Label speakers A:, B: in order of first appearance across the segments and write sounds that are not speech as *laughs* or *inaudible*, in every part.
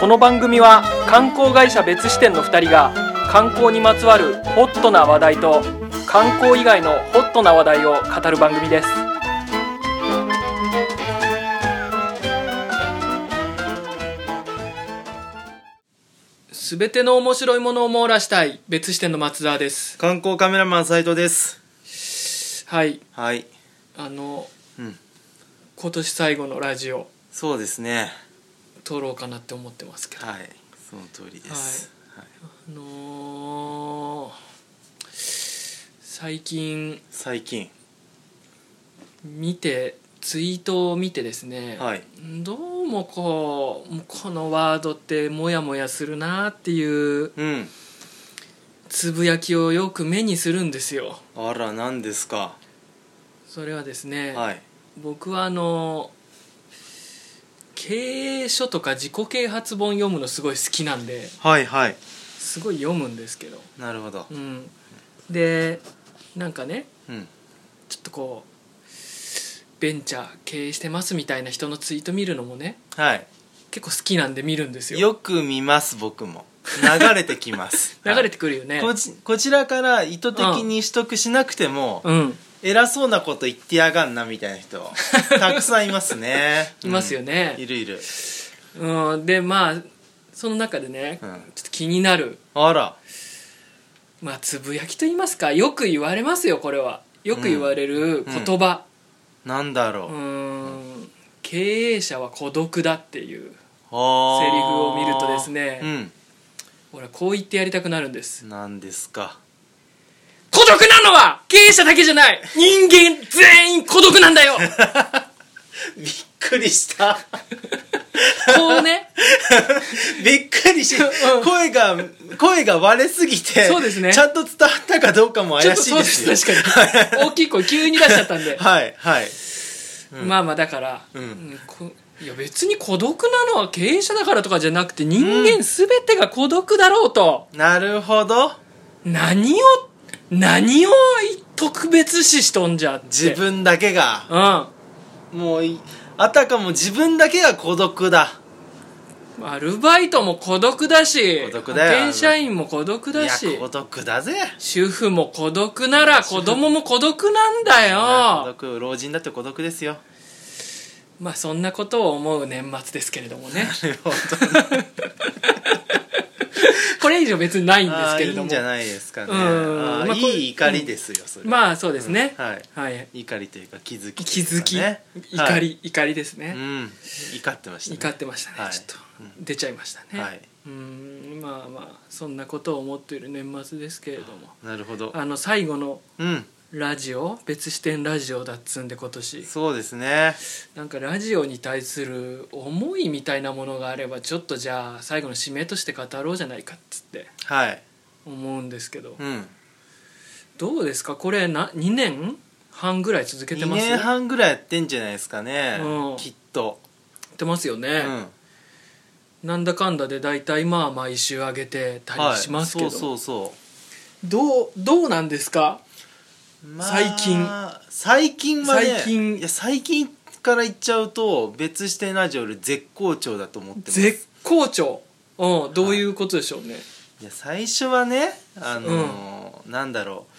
A: この番組は観光会社別支店の2人が観光にまつわるホットな話題と観光以外のホットな話題を語る番組ですすべての面白いものを網羅したい別支店の松沢です
B: 観光カメラマン斉藤です
A: はい
B: はい
A: あの
B: うん
A: 今年最後のラジオ
B: そうですね
A: 撮ろうかなって思ってますけど
B: はいその通りです、はい
A: あのー最近
B: 最近
A: 見てツイートを見てですね、
B: はい
A: どうもこうこのワードってモヤモヤするなっていう
B: うん
A: つぶやきをよく目にするんですよ
B: あら何ですか
A: それはですね、
B: はい
A: 僕はあの経営書とか自己啓発本読むのすごい好きなんで
B: はいはい
A: すごい読むんですけど、
B: なるほど
A: うん、でなんかね
B: うん
A: ちょっとこうベンチャー経営してますみたいな人のツイート見るのもね
B: はい
A: 結構好きなんで見るんですよ
B: よく見ます僕も流れてきます
A: *laughs* 流れ
B: て
A: てくるよね、
B: こちこちらから意図的に取得しなくても、
A: うん
B: 偉そうなこと言ってやがんなみたい
A: *laughs*
B: な人たくさんいますね
A: いますよね
B: うんいるいる、
A: うん、でまあその中でね、
B: うん
A: ちょっと気になる、
B: あら
A: まあ、つぶやきと言いますかよく言われますよこれはよく言われる言葉
B: なんだろう、
A: うん,、経営者は孤独だっていう
B: あー
A: セリフを見るとですね
B: うん
A: 俺はこう言ってやりたくなるんです
B: なんですか
A: 孤独なのは経営者だけじゃない人間全員孤独なん
B: *laughs*
A: だよ
B: びっくりした
A: *laughs* こうね
B: びっくりし
A: うん
B: 声が声が割れすぎて
A: そうですね
B: ちゃんと伝わったかどうかも
A: ちょっ
B: 怪
A: と
B: しい
A: そう
B: で
A: ですす
B: よ
A: 確
B: *laughs*
A: かに大きい声急に出しちゃったんで、
B: はいはいうん
A: まあまあだから、
B: うん
A: うんこいや別に孤独なのは経営者だからとかじゃなくて人間全てが孤独だろうと、
B: なるほど
A: 何を何を特別視しとんじゃって
B: 自分だけが
A: うん
B: もういあたかも自分だけが孤独だ
A: アルバイトも孤独だし
B: 孤独だよ
A: 派遣社員も孤独
B: いや
A: だし
B: 孤独だぜ
A: 主婦も孤独なら子供も孤独なんだ
B: 孤
A: よ
B: 独老人だって孤独ですよ
A: まあそんなことを思う年末ですけれどもね *laughs*
B: なるほど
A: これ以上別に *laughs* ないんで
B: あ
A: す
B: ー
A: けれ
B: い
A: ど
B: い
A: も
B: んじゃないですかね
A: うん
B: あ
A: ま
B: ー
A: あこれ
B: いい怒りですよそれは
A: まあそうですね、
B: はい
A: はい
B: 怒りというか気づきと
A: 気
B: いう
A: づき、
B: かね
A: 怒
B: はい
A: り怒りですね、
B: うん怒ってましたね
A: 怒ってましたね、
B: はい
A: ちょっと出ちゃいましたね、
B: はいう
A: ーんまあまあそんなことを思っている年末ですけれども
B: なるほど
A: あの最後の
B: うん
A: ラジオ別視点ラジオだっつんで今年
B: そうですね
A: なんかラジオに対する思いみたいなものがあればちょっとじゃあ最後の締めとして語ろうじゃないかっつって
B: はい
A: 思うんですけど、
B: うん
A: どうですかこれな2年半ぐらい続けて
B: 2
A: ます
B: 年半ぐらいやってんじゃないですかね
A: うん
B: きっと
A: やってますよね、
B: うん
A: なんだかんだで大体まあ毎週上げてた
B: は
A: り
B: い
A: しますけど、
B: そうそうそ
A: どうどうなんですか
B: うまあ
A: 最近
B: 最近はね
A: 最近
B: いや最近から言っちゃうと別視点ラジオより絶好調だと思ってます
A: 絶好調うんどういうことでしょうね、
B: いや最初はねあのーなんだろう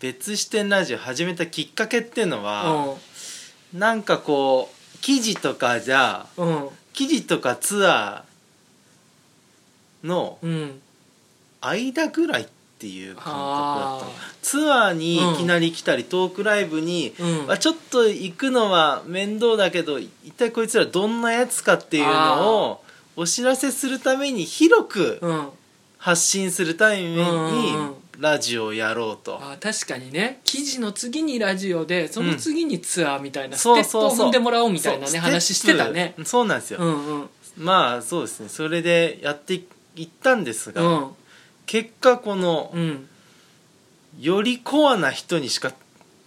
B: 別視点ラジオ始めたきっかけっていうのは、なんかこう記事とかじゃ
A: うんうん
B: 記事とかツアーの
A: うん
B: 間ぐらいっていう感覚だったの
A: あ
B: ツアーに
A: うん
B: いきなり来たり、トークライブに、
A: うん
B: あちょっと行くのは面倒だけど一体こいつらどんなやつかっていうのをお知らせするために広く
A: うんあ
B: 発信するために
A: うんうん
B: ラジオをやろうと、
A: ー確かにね記事の次にラジオでその次にツアーみたいな、ステ
B: そう
A: ップ
B: そう
A: を
B: そう
A: 踏んでもらおうみたいな
B: そう
A: ね
B: ステップ
A: 話してたね
B: そうなんですよ、
A: うんうん
B: まあそうですねそれでやっていったんです
A: う
B: が、
A: ん
B: 結果この
A: うん
B: よりコアな人にしか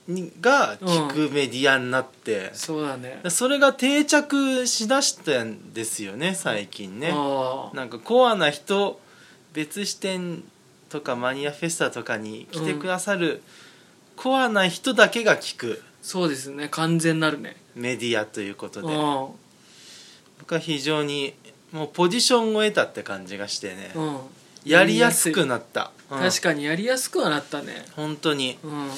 B: にが聞くメディアになって、
A: そうだね
B: それが定着しだしたんですよね最近ね
A: あー
B: なんかコアな人別視点とかマニアフェスタとかに来てくださる、コアな人だけが聞く
A: そうですね完全なるね
B: メディアということ
A: う
B: で
A: ん
B: 僕は非常にもうポジションを得たって感じがしてね、
A: うん、
B: やりやすくなった、
A: 確
B: か
A: かにやりやすくはなったね
B: 本当に
A: うん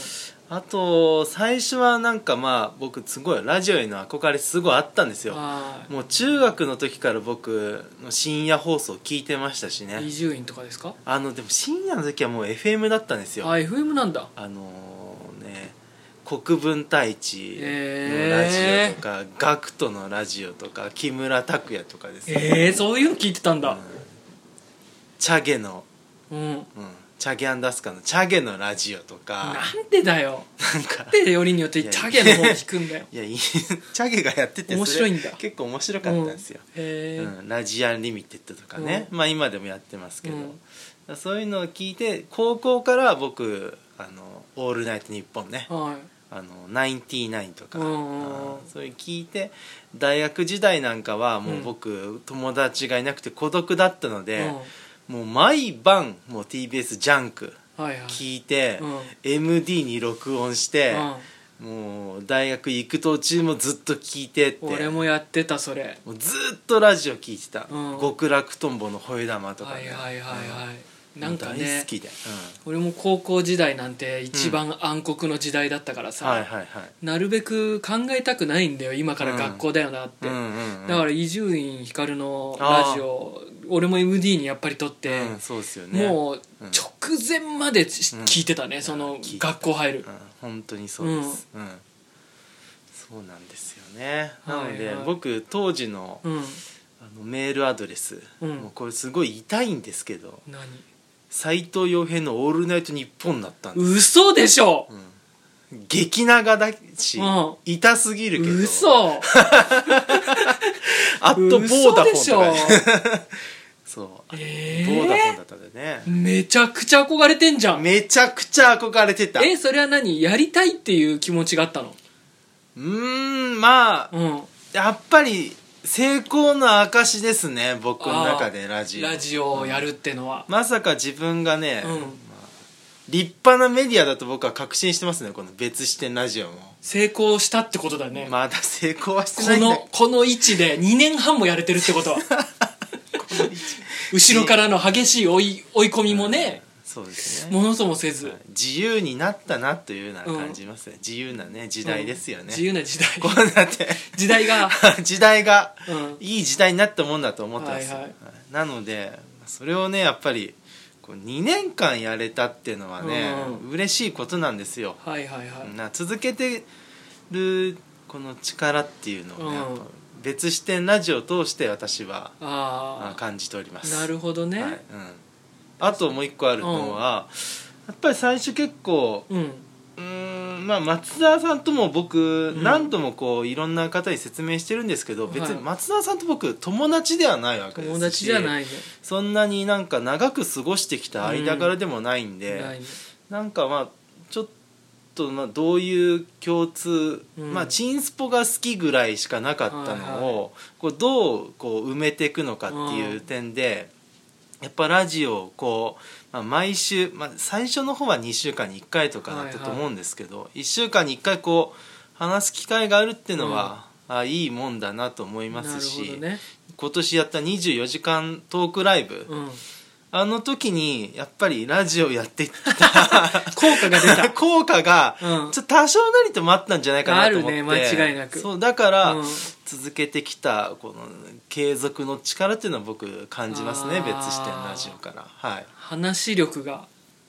B: あと最初はなんかまあ僕すごいラジオへの憧れすごいあったんですよ
A: は
B: もう中学の時から僕の深夜放送聞いてましたし
A: い伊
B: ね
A: 集院とかですか
B: あのでも深夜の時はもう FM だったんですよ
A: あ FM なんだ
B: あのね国分太一のラジオとか、ガクトのラジオとか木村拓哉とかですね、
A: ええそういうの聞いてたん
B: うん
A: だ
B: チャゲの、
A: うん
B: うん、チャゲアンダスカのチャゲのラジオとか
A: なんでだよ
B: なん
A: な
B: か
A: んでよりによってチャゲの方を聞くんだよ
B: いやいいチャゲがやっててそれ
A: 面白いんだ
B: 結構面白かったんですよ、
A: うんへえ、
B: うんラジアンリミテッドとかね、まあ今でもやってますけど、
A: うん
B: だからそういうのを聞いて高校から僕あの「オールナイトニッポンね」
A: はい
B: あのナインティナインとか、
A: うんうんうん
B: あーそういう聞いて大学時代なんかはもう僕、友達がいなくて孤独だったので、もう毎晩もう TBS ジャンク
A: うん、はいはい
B: 聞いて、
A: うん
B: MD に録音して、もう大学行く途中もずっと聞いてって
A: うん、俺もやってたそれ
B: もうずっとラジオ聞いてた「
A: うん
B: 極楽とんぼの吠え玉」とか、
A: はいはいはいはい、
B: うん
A: なんか
B: 大
A: ね
B: 好きで、
A: 俺も高校時代なんて一番暗黒の時代だったから
B: うん、
A: さ、
B: はいはいはい
A: なるべく考えたくないんだよ今から学校だよなって、
B: うんうんうん
A: だから伊集院光のラジオ俺も MD にやっぱり撮って、
B: うん、そうですよね
A: もう
B: うん
A: 直前までし
B: うん
A: 聞いてたね、その
B: 聞いてた
A: 学校入る
B: うん、本当にそうです、うんそうなんですよねなので、
A: はいはい
B: 僕当時の,、
A: うん、
B: あのメールアドレス、
A: うん
B: もうこれすごい痛いんですけど
A: 何
B: 斎藤洋平の「オールナイトニッポン」だったんです、
A: 嘘でしょ、
B: うん激長だし、
A: うん
B: 痛すぎるけど
A: 嘘
B: アットボー
A: 嘘
B: ダフォン
A: で
B: と
A: しょ
B: かねそう
A: え
B: ボーダフォンだったんだよね
A: ー、めちゃくちゃ憧れてんじゃん
B: めちゃくちゃ憧れてた
A: えそれは何やりたいっていう気持ちがあったの
B: うーんまあ
A: うん
B: やっぱり成功の証ですね僕の中でラジオ
A: ラジオをやるってのは、
B: まさか自分がね、
A: うん
B: まあ立派なメディアだと僕は確信してますねこの別視点ラジオも
A: 成功したってことだよね、
B: まだ成功はして
A: こ
B: ないんだ
A: のこの位置で2年半もやれてるって
B: *laughs*
A: ことは後ろからの激しい追い追い込みもね、
B: そうですね
A: ものともせず、
B: 自由になったなというのは感じますね、自由なね時代ですよね、
A: うん自由な時代
B: *laughs* こうなって
A: 時代
B: *laughs*
A: が、
B: 時代が
A: うん、
B: いい時代になったもんだと思ってます、
A: はいはい
B: なのでそれをねやっぱりこう2年間やれたっていうのはね、
A: う
B: 嬉しいことなんですよ、
A: はいはいはい、
B: な続けてるこの力っていうのをね、
A: うん
B: やっぱ別視点ラジオを通して私はあ
A: ああ
B: 感じております
A: なるほどね、
B: はいうん、あともう一個あるのは、やっぱり最初結構
A: うん
B: うーんまあ松沢さんとも僕
A: うん
B: 何度もこういろんな方に説明してるんですけど、別
A: は
B: に
A: い
B: 松沢さんと僕友達ではないわけですし
A: 友達じゃないね
B: そんなになんか長く過ごしてきた間柄でもないんで、
A: ないね
B: なんかまあちょっとまあどういう共通、
A: うん
B: まあチンスポが好きぐらいしかなかったの
A: はい
B: を、こうどうこう埋めていくのかっていう点で、やっぱラジオをこう、まあ、毎週、まあ、最初の方は2週間に1回とかだったと思うんですけど、1週間に1回こう話す機会があるっていうのは、あいいもんだなと思い
A: な
B: ま
A: る
B: す
A: ほ
B: し、
A: どね、
B: 今年やった24時間トークライブ、
A: うん、
B: あの時にやっぱりラジオやってきた
A: 効果が出た
B: *laughs* 効果が、
A: うん
B: ちょっと多少なりともあったんじゃないかなと思って
A: あるね間違いなく
B: そうだから、 *laughs*
A: うん
B: 続けてきたこの継続の力っていうのは僕感じますね
A: あ
B: 別
A: ー
B: 視点ラジオからはい
A: 話力が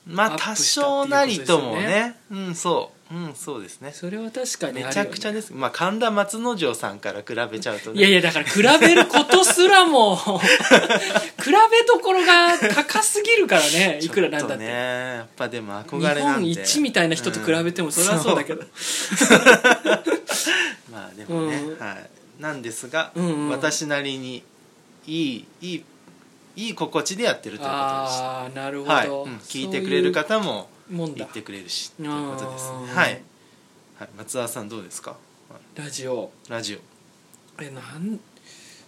B: ま
A: アッ
B: あ多
A: プしたっていうこと
B: 少なりともね
A: です
B: うんそううんそうですね
A: それは確かにあるよ
B: め
A: ね
B: ちゃくちゃです、まあ神田松之丞さんから比べちゃうとね
A: いやいやだから比べることすら
B: *laughs*
A: も比べどころが高すぎるから
B: *laughs*
A: ねいくらなんだっ
B: ちょ
A: て
B: とねやっぱでも憧
A: 日
B: れなん
A: 本
B: で
A: 一みたいな人と比べてもそれはそうだけど、
B: まあでもね、
A: うん
B: はい、なんですが、
A: うんうん
B: 私なりにいいいいいい心地でやってるということでした
A: ああなるほど、
B: はい、うん聞いてくれる方も
A: そういうもん
B: 言
A: だ
B: ってくれるし
A: あ
B: と
A: ー
B: いうことですねはい、はい、松田さんどうですか
A: ラジオ
B: ラジオ
A: えなん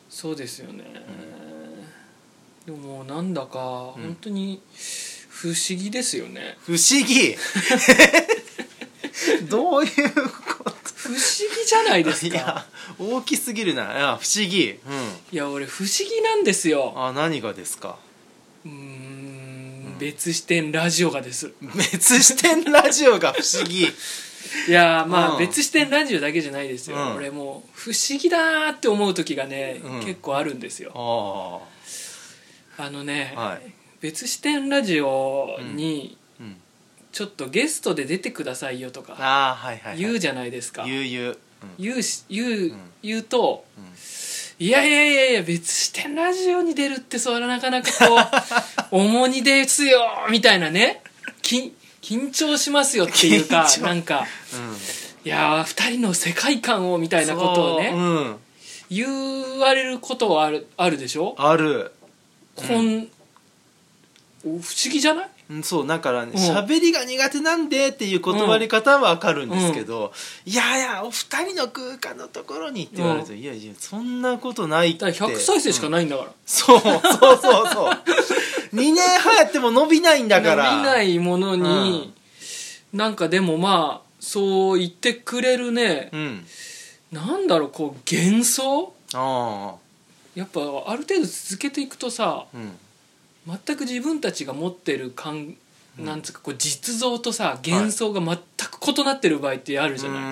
A: そうですよね、でももうなんだか
B: うん
A: 本当に不思 *laughs* 議ですよね、
B: 不思議どういうこと
A: 不思議じゃないです
B: *laughs* い
A: か
B: や大きすぎるないや不思議、
A: いや俺不思議なんです
B: う
A: よ
B: ん、あ何がですか
A: うーん別視点ラジオがです
B: 別視点ラジオが不思議
A: いやーまあ、
B: うん
A: 別視点ラジオだけじゃないですよ、
B: うん
A: 俺もう不思議だーって思う時がね、
B: うん
A: 結構あるんですよ
B: あ
A: あのね、
B: あはい、
A: 別視点ラジオに
B: うん、
A: ちょっとゲストで出てくださいよとか
B: ああはいはい、はい、
A: 言うじゃないですか、
B: 言う言う、
A: 言うし言う,、
B: ん
A: 言うと
B: うんうん
A: いやいやいやいや別視点ラジオに出るってそれはなかなかこ
B: *laughs*
A: う重荷ですよみたいなね緊緊張しますよっていうか
B: 緊張
A: なんか
B: うん
A: いやー2人の世界観をみたいなことをね、
B: そううん、
A: 言われることはあるあるでしょ
B: ある、
A: こんお不思議じゃない
B: うん、そうだからね
A: うん
B: 喋、りが苦手なんでっていう断り方はわかるんですけど、いやいやお二人の空間のところにって言われると、いやいやそんなことないって
A: だから100再生しかないんだから、
B: そうそうそうそう2年半やっても伸びないんだから
A: 見ないものに、なんかでもまあそう言ってくれるね
B: う、ん
A: なんだろうこう幻想
B: あ
A: やっぱある程度続けていくとさ
B: あうん
A: 全く自分たちが持ってる感
B: うん
A: なんつうかこう実像とさ幻想が全く異なってる場合ってある
B: う
A: じゃない、
B: ー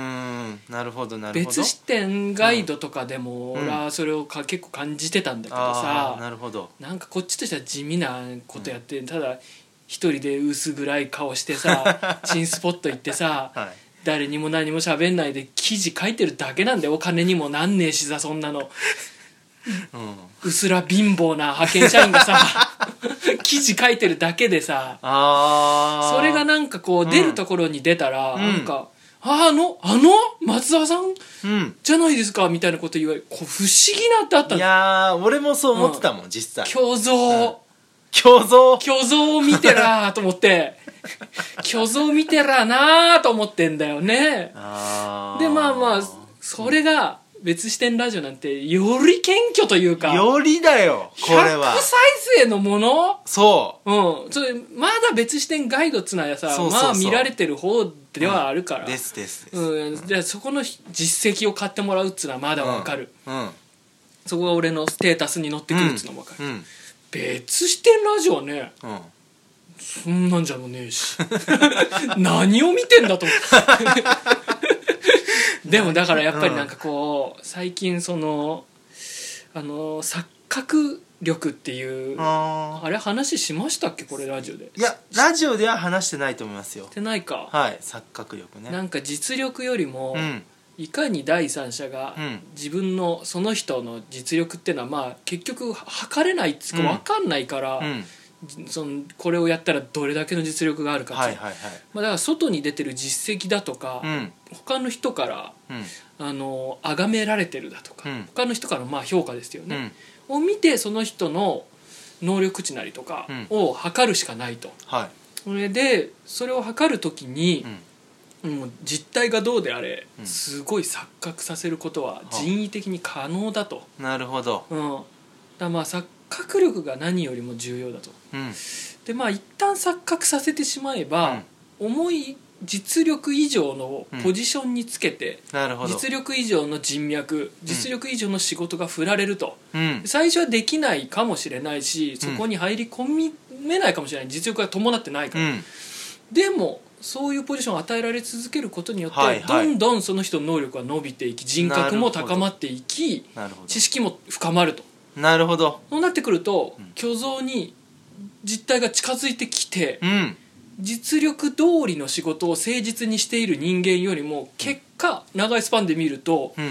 B: んなるほどなるほど
A: 別視点ガイドとかでも
B: うん
A: 俺はそれをか結構感じてたんだけど
B: ああ
A: さ
B: なるほど
A: なんかこっちとしては地味なことやってただ一人で薄暗い顔して
B: *laughs*
A: さ新スポット行ってさ
B: はい
A: 誰にも何も喋んないで記事書いてるだけなんでお金にもなんねえしさそんなの
B: うん
A: うすら貧乏な派遣社員が
B: *laughs*
A: さ記事書いてるだけでさ
B: ああ
A: それがなんかこう出るところに出たら、
B: うん
A: なんか「ああのあの松田さん
B: うん
A: じゃないですか」みたいなこと言われこう不思議なってあった
B: い
A: んです
B: やー俺もそう思ってたもん、実際
A: 虚像
B: 胸像
A: 虚像を見てらーと思って
B: *laughs*
A: 虚像を見てらーなーと思ってんだよね
B: あー
A: でまあまあそれが別視点ラジオなんてより謙虚というか
B: よりだよこれ
A: 100
B: は
A: 再生のもの
B: そ
A: うん、それまだ別視点ガイドっつうのはさ
B: そうそうそう
A: まあ見られてる方ではあるから、
B: うですですです
A: うん、じゃあそこの実績を買ってもらうっつうのはまだわかる、
B: うん
A: そこが俺のステータスに乗ってくるっつうのもわかる、
B: うん
A: 別視点ラジオはね
B: うん
A: そんなんじゃもねえし *laughs* 何を見てんだ
B: *laughs*
A: と思ってでもだからやっぱりなんかこう最近そのあの錯覚力っていうあ
B: あー
A: れ話しましたっけこれラジオで
B: いやラジオでは話してないと思いますよ
A: してないか、
B: はい錯覚力ね
A: なんか実力よりも、
B: うん
A: いかに第三者が
B: うん
A: 自分のその人の実力っていうのはまあ結局は測れないっつうか
B: うん
A: 分かんないから、
B: うん
A: そのこれをやったらどれだけの実力があるかって
B: はい
A: いう
B: はいはい
A: まあ、だから外に出てる実績だとか、
B: うん
A: 他の人から
B: うん
A: あの崇められてるだとか、
B: うん
A: 他の人からのまあ評価ですよ
B: う
A: ね、
B: ん
A: を見てその人の能力値なりとか
B: うん
A: を測るしかないと。
B: は
A: それでそれを測る時に、
B: いうん
A: もう実態がどうであれ、
B: うん
A: すごい錯覚させることは人為的に可能だと、
B: なるほど
A: うん、だからまあ錯覚力が何よりも重要だと
B: うん
A: でまあ一旦錯覚させてしまえば、重い実力以上のポジションにつけて、
B: なるほど
A: 実力以上の人脈実力以上の仕事が振られると、
B: うん
A: 最初はできないかもしれないしそこに入り込めないかもしれない実力が伴ってないから
B: う。ん
A: でもそういうポジションを与えられ続けることによって、
B: はいはい
A: どんどんその人の能力は伸びていき人格も高まっていき
B: なるほ
A: 知識も深まると
B: どなるほど
A: そうなってくると、
B: うん
A: 虚像に実態が近づいてきて、
B: うん
A: 実力通りの仕事を誠実にしている人間よりも結果長いスパンで見ると
B: うん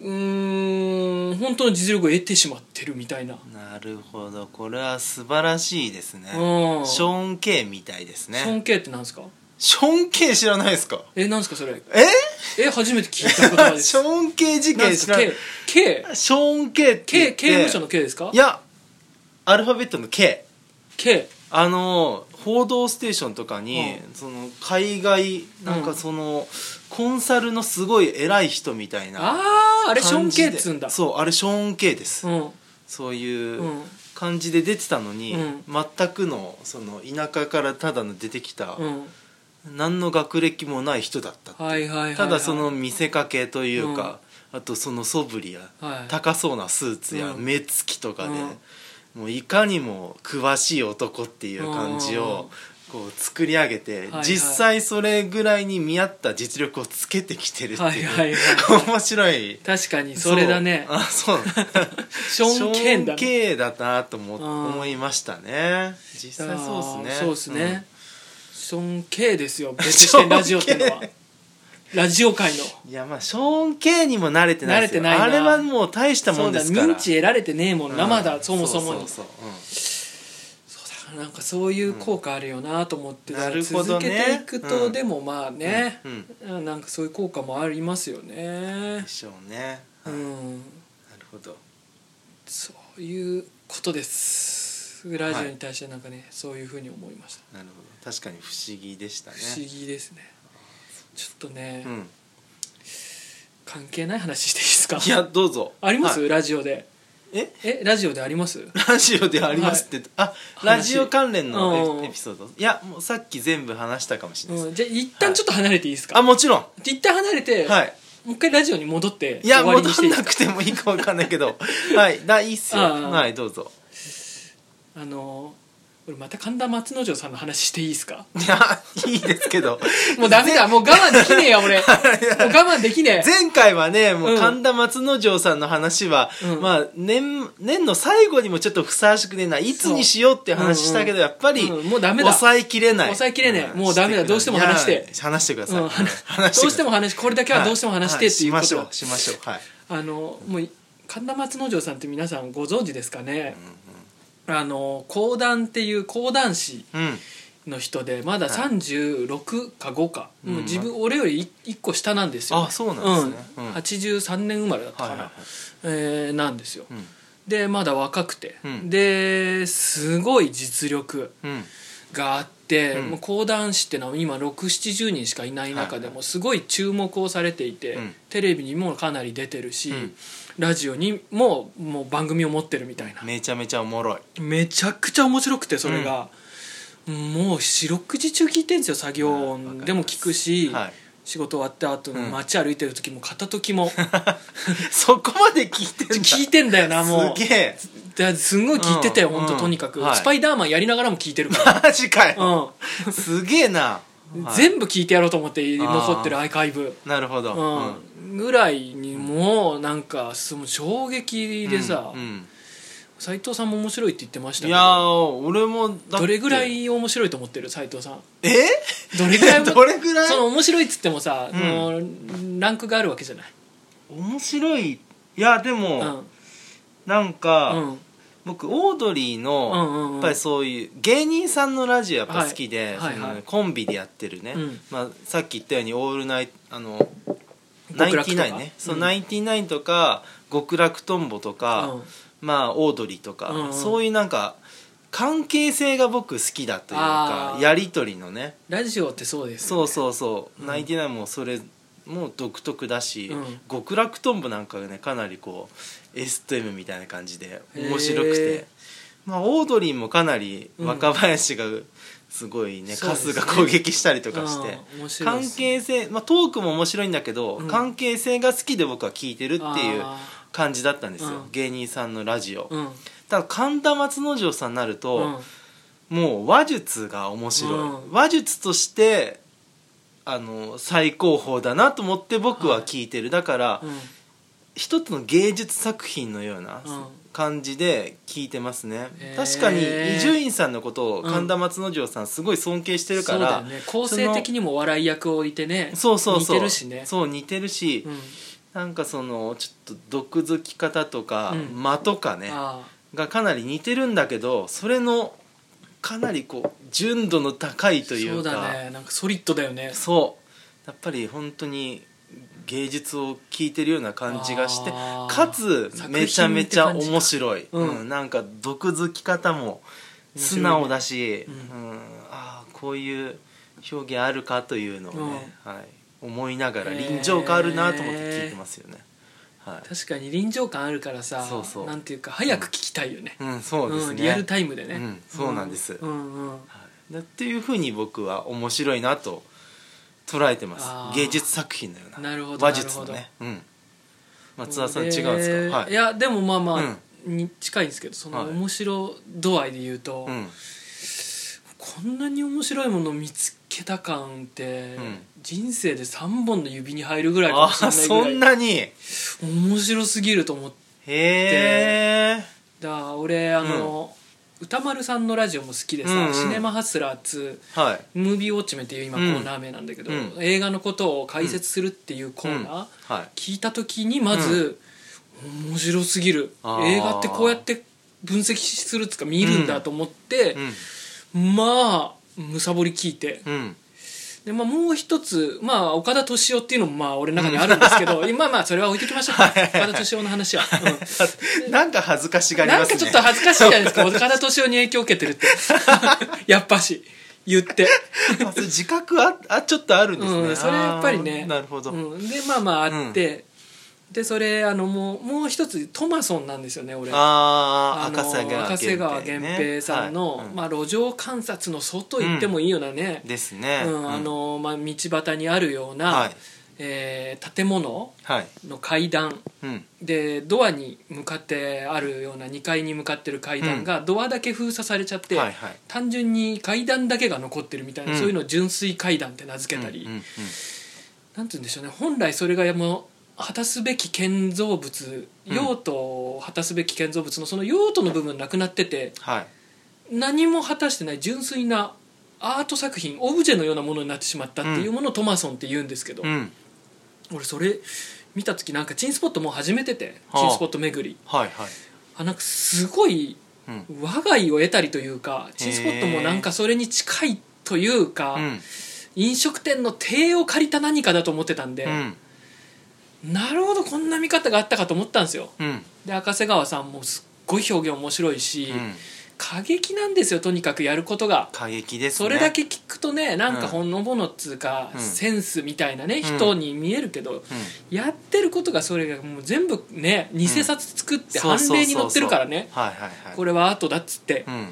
A: うーん本当の実力を得てしまってるみたいな、
B: なるほどこれは素晴らしいですね
A: うん
B: ショーン・ケイみたいですね
A: 尊敬ってなんですか
B: ショーン・ケイ知らないですか
A: えなんですかそれ
B: え
A: え初めて聞いた言葉
B: *laughs*
A: です
B: ショーン・ケイ事
A: なん
B: 件
A: で
B: 知
A: す
B: ら
A: か
B: ない
A: K, K
B: ショーン・ケイって言っ
A: K
B: て
A: 刑務所の K ですか
B: いやアルファベットの K
A: K
B: あの「報道ステーション」とかに、
A: う
B: その海外なん
A: う
B: か
A: ん
B: その、コンサルのすごい偉い人みたいな
A: あああ
B: あ
A: れショーン・ケイっつうんだ
B: そうあれショーン・ケイです、
A: うんうん
B: そういう
A: うん
B: 感じで出てたのに、
A: うん
B: 全くのその田舎からただの出てきた、
A: うん
B: 何の学歴もない人だったって
A: はいはいはいはい
B: ただその見せかけというか、あとその素振りや、
A: はい
B: 高そうなスーツや
A: うん
B: 目つきとかで、もういかにも詳しい男っていう感じをこう作り上げて、
A: はいはい
B: 実際それぐらいに見合った実力をつけてきてるっていう、
A: はいはいは
B: *laughs* 面白い
A: 確かにそれだね
B: そうあ
A: *laughs*
B: そう
A: ショーン・ケンだ
B: ショ
A: ね
B: ーンケンだなと思
A: うん
B: 思いましたね実際そうですね
A: そうですね、ショーン・ケイですよ別
B: シ
A: 視
B: ョーン
A: 点ラジオってのは
B: ケイ
A: ラジオ界の
B: うんいやまあショーン・ケイにも慣れてないですよ
A: 慣れてないな
B: あれはもう大したも
A: そうん
B: で
A: だ
B: すから
A: 認知得られてねえもんな、まだ
B: うん
A: そもそもに
B: そうそうそう
A: そうだからなんかそういう効果あるよなと思って、
B: うんなるほどね
A: 続けていくと、
B: うん
A: でもまあね、
B: うん
A: なんかそういう効果もありますよ
B: うん
A: ね
B: でしょうね、
A: う
B: なる
A: ん
B: ほど
A: そういうことですラジオに対してなんかね、そういうふうに思いました
B: なるほど確かに不思議でしたね
A: 不思議ですねちょっとね、
B: うん、
A: 関係ない話していいですか
B: いやどうぞ
A: あります、
B: はい
A: ラジオで
B: え
A: えラジオであります
B: ラジオではありますって、あ
A: 話
B: ラジオ関連
A: うんう
B: の
A: ん
B: エピエピソードいやもうさっき全部話したかもしれないです、
A: うん、じゃあ一旦ちょっと離れていいですか、
B: あもちろん
A: 一旦離れて、
B: はい
A: もう一回ラジオに戻って
B: いや
A: 終わりにして
B: 戻
A: いいで
B: ん
A: す
B: な
A: か
B: くてもいいかわかんない
A: *laughs*
B: けどはいだいいっすよ
A: ああ
B: はいどうぞ
A: あの俺また神田松之丞さんの話していいですか
B: いやいいですけど
A: もうダメだもう我慢できねえ *laughs* よ俺もう我慢できねえ
B: 前回はねもううん神田松之丞さんの話は、
A: うん
B: まあ年年の最後にもちょっとふさわしくねえないつにしようって話したけど、やっぱり、
A: うんもうダメだ
B: 抑えきれない
A: 抑えきれねえ
B: ん
A: もうダメだどうしても話して
B: いや話してください、
A: うん *laughs*
B: 話
A: どうして
B: も
A: も話これだけはどうしても話してっていうこと
B: はしましょうしましょうはい
A: あのもう神田松之丞さんって皆さんご存知ですかね、あの講談っていう講談師
B: うん
A: の人でまだ
B: はい
A: 36か5か、
B: うん
A: もう自分俺より1個下なんですよ、
B: あそうなんですね
A: うん
B: うん
A: 83年生まれだったか
B: は
A: ら、
B: いはいはい
A: えーなんですよ、
B: うん
A: でまだ若くて、
B: うん
A: ですごい実力
B: うん
A: があって、
B: うん
A: もう講談師ってのは今670人しかいない中で
B: はい
A: もすごい注目をされていて、
B: うん
A: テレビにもかなり出てるし、
B: うん
A: ラジオにももう番組を持ってるみたいな
B: めちゃめちゃおもろい
A: めちゃくちゃ面白くてそれが、もう四六時中聞いてんですよ作業
B: うんわかり
A: 音
B: ます
A: でも聞くし、
B: はい
A: 仕事終わった後の
B: うん
A: 街歩いてる時も片時
B: *laughs*
A: も
B: そこまで聞いてるんだ
A: 聞いてんだよなもう
B: すげえ
A: だすんごい聞いてたよ、
B: うん
A: ほんととにかく、
B: うんはい
A: スパイダーマンやりながらも聞いてるか
B: マジか *laughs* よ、
A: ら、
B: すげえな、
A: うん
B: はい
A: 全部聞いてやろうと思って残ってるアーカイブ、
B: なるほど、
A: うん、ぐらいにもうなんかその衝撃でさ
B: うんうん
A: 斎、藤さんも面白いって言ってました
B: い
A: け
B: や
A: ど
B: ー俺もだって
A: どれぐらい面白いと思ってる斎藤さん
B: え
A: どれぐらい
B: *laughs* どれぐらい
A: その面白いっつってもさ、
B: うん
A: そのランクがあるわけじゃない、
B: 面白いいやで
A: う
B: も、
A: んうん
B: なんか、
A: うん
B: 僕オードリー
A: うん
B: の、
A: うんうん、
B: やっぱりそういう芸人さんのラジオやっぱ好き
A: は
B: で、
A: いはいはい
B: そのコンビでやってるね、
A: うん
B: まあ、さっき言ったように「オールナイト」あのナイン
A: 極楽
B: ティ
A: と
B: ナ
A: か
B: インね、そう
A: うん
B: ナインティナインとか極楽とんぼとか、
A: うん
B: まあオードリーとか、
A: うんうん
B: そういうなんか関係性が僕好きだという
A: あ
B: か
A: ー
B: やり取りのね
A: ラジオってそうです
B: そ
A: よ
B: うそうそう、
A: うん
B: ナインティナインもそれも独特だし、
A: うん
B: 極楽とんぼなんかがねかなりこう S と M みたいな感じで
A: へー
B: 面白くて、まあ、オードリーもかなり
A: うん
B: 若林がすごいね、
A: そう
B: カ
A: ですね
B: スが攻撃したりとかして。
A: うん面白い
B: 関
A: です
B: 係性、まあ、トークも面白いんだけど、
A: うん
B: 関係性が好きで僕は聞いてるっていう
A: あ
B: 感じだったんですよ、
A: うん
B: 芸人さんのラジオ、
A: ーうん
B: ただ神田松之丞さんになると、
A: うん
B: もう話術が面白い、
A: うん
B: 話術としてあの最高峰だなと思って僕は聞いてる、だから、
A: うん
B: 一つの芸術作品のような
A: うん
B: 感じで聞いてますね、
A: へー
B: 確かに伊集院さんのことを
A: うん
B: 神田松之丞さんすごい尊敬してるか
A: そうだ
B: ら、
A: よね構成的にも笑い役を置いてね
B: そうそうそう
A: 似てるしね
B: そう似てるし、
A: うん
B: なんかそのちょっと毒づき方とか、
A: うん
B: 間とかね、
A: あ
B: がかなり似てるんだけどそれのかなりこう純度の高い
A: ー
B: とい
A: そうう
B: か
A: だねなんかソリッドだよね
B: そうやっぱり本当に芸術を聞いてるような感じがして
A: あー
B: かつめちゃめちゃ
A: 作品って感じか
B: 面白い、
A: うん
B: うんなんか毒づき方も素直だし、
A: 面白
B: うんああこういう表現あるかというのをね、はい、思いながら臨場感あるなと思って聞いてますよね。はい
A: 確かに臨場感あるからさ
B: そうそう
A: なんていうか早く聞きたいよね
B: うん、そうですね、
A: んリアルタイムでね
B: うんそうなんです
A: うんうん
B: だっていうふうに僕は面白いなと捉えてます
A: あー
B: 芸術作品のような
A: なるほど
B: 話術のね、うん、松田さん違うんですか、はい
A: いやでもまあまあ、
B: う
A: に近いんですけどその
B: はい
A: 面白度合いで言うと、
B: うん、
A: こんなに面白いものを見つけた感って、
B: うん
A: 人生で3本の指に入るぐらいか
B: あ
A: もしれ
B: ーそ
A: ない
B: ん
A: ぐらい
B: なにへ
A: 面白すぎると思って
B: え
A: だ俺あの、歌丸さんのラジオも好きでさ「
B: うんうん
A: シネマハスラー2」
B: はい
A: ムービーウォッチメンっていう今コ
B: うん
A: ーナー名なんだけど、
B: うん
A: 映画のことを解説するっていうコーナー、
B: うんはい
A: 聞いた時にまず、面白すぎる
B: あー
A: 映画ってこうやって分析するっつうか見るんだと思って
B: う、ん
A: まあむさぼり聞いて *laughs*
B: うん
A: で、まあ、もう一つ、まあ、岡田敏夫っていうのもまあ俺の中にあるんですけ
B: *laughs*
A: ど、今まあそれは置いてきましょう岡田敏夫の話は。うん
B: なんか恥ずかしがり
A: な
B: ま
A: んか
B: すね
A: ちょっと恥ずかしいじゃないですか岡田敏夫に影響を受けてるって *laughs* やっぱし言って、
B: あそう自覚ああちょっとあるんですね、
A: うん、それやっぱりね
B: あーなるほど、
A: うん、でまあまああって、でそれあのもうもう一つトマソンなんですよね俺
B: ああ
A: あの
B: 赤瀬川
A: 赤瀬川源平さんの、
B: はいうん
A: まあ、路上観察の外行ってもいいようなね、
B: ですね、
A: うんあのまあ、道端にあるような、
B: はい
A: えー建物
B: はい
A: の階段
B: うん
A: でドアに向かってあるような2階に向かってる階段がドアだけ封鎖されちゃって、
B: はいはい
A: 単純に階段だけが残ってるみたいな、
B: うん
A: そういうのを純粋階段って名付けたり、
B: うんうんうん
A: なんて言うんでしょうね本来それがもう果たすべき建造物
B: うん
A: 用途を果たすべき建造物のその用途の部分なくなってて
B: はい
A: 何も果たしてない純粋なアート作品オブジェのようなものになってしまったっていうものをトマソンって言うんですけど、
B: うん
A: 俺それ見た時なんかチンスポットもう始めてて
B: はあ
A: チンスポット巡り
B: はいはい
A: あなんかすごい
B: うん
A: 我が家を得たりというかチンスポットもなんかそれに近いというか、
B: うん
A: 飲食店の体を借りた何かだと思ってたんで、
B: うん
A: なるほどこんな見方があったかと思ったんですよ
B: うん
A: で赤瀬川さんもすっごい表現面白いし、
B: うん
A: 過激なんですよとにかくやることが
B: 過激です
A: そ
B: ね
A: れだけ聞くとねなん
B: うん
A: かほのぼのっつうか、
B: うん
A: センスみたいなね、
B: ん
A: 人に見えるけど、
B: う
A: やってることがそれがもう全部ね偽札作って
B: ん
A: 判例に載ってるからね
B: そうそうそうそうはいはいはい
A: これはアートだっつって、
B: うん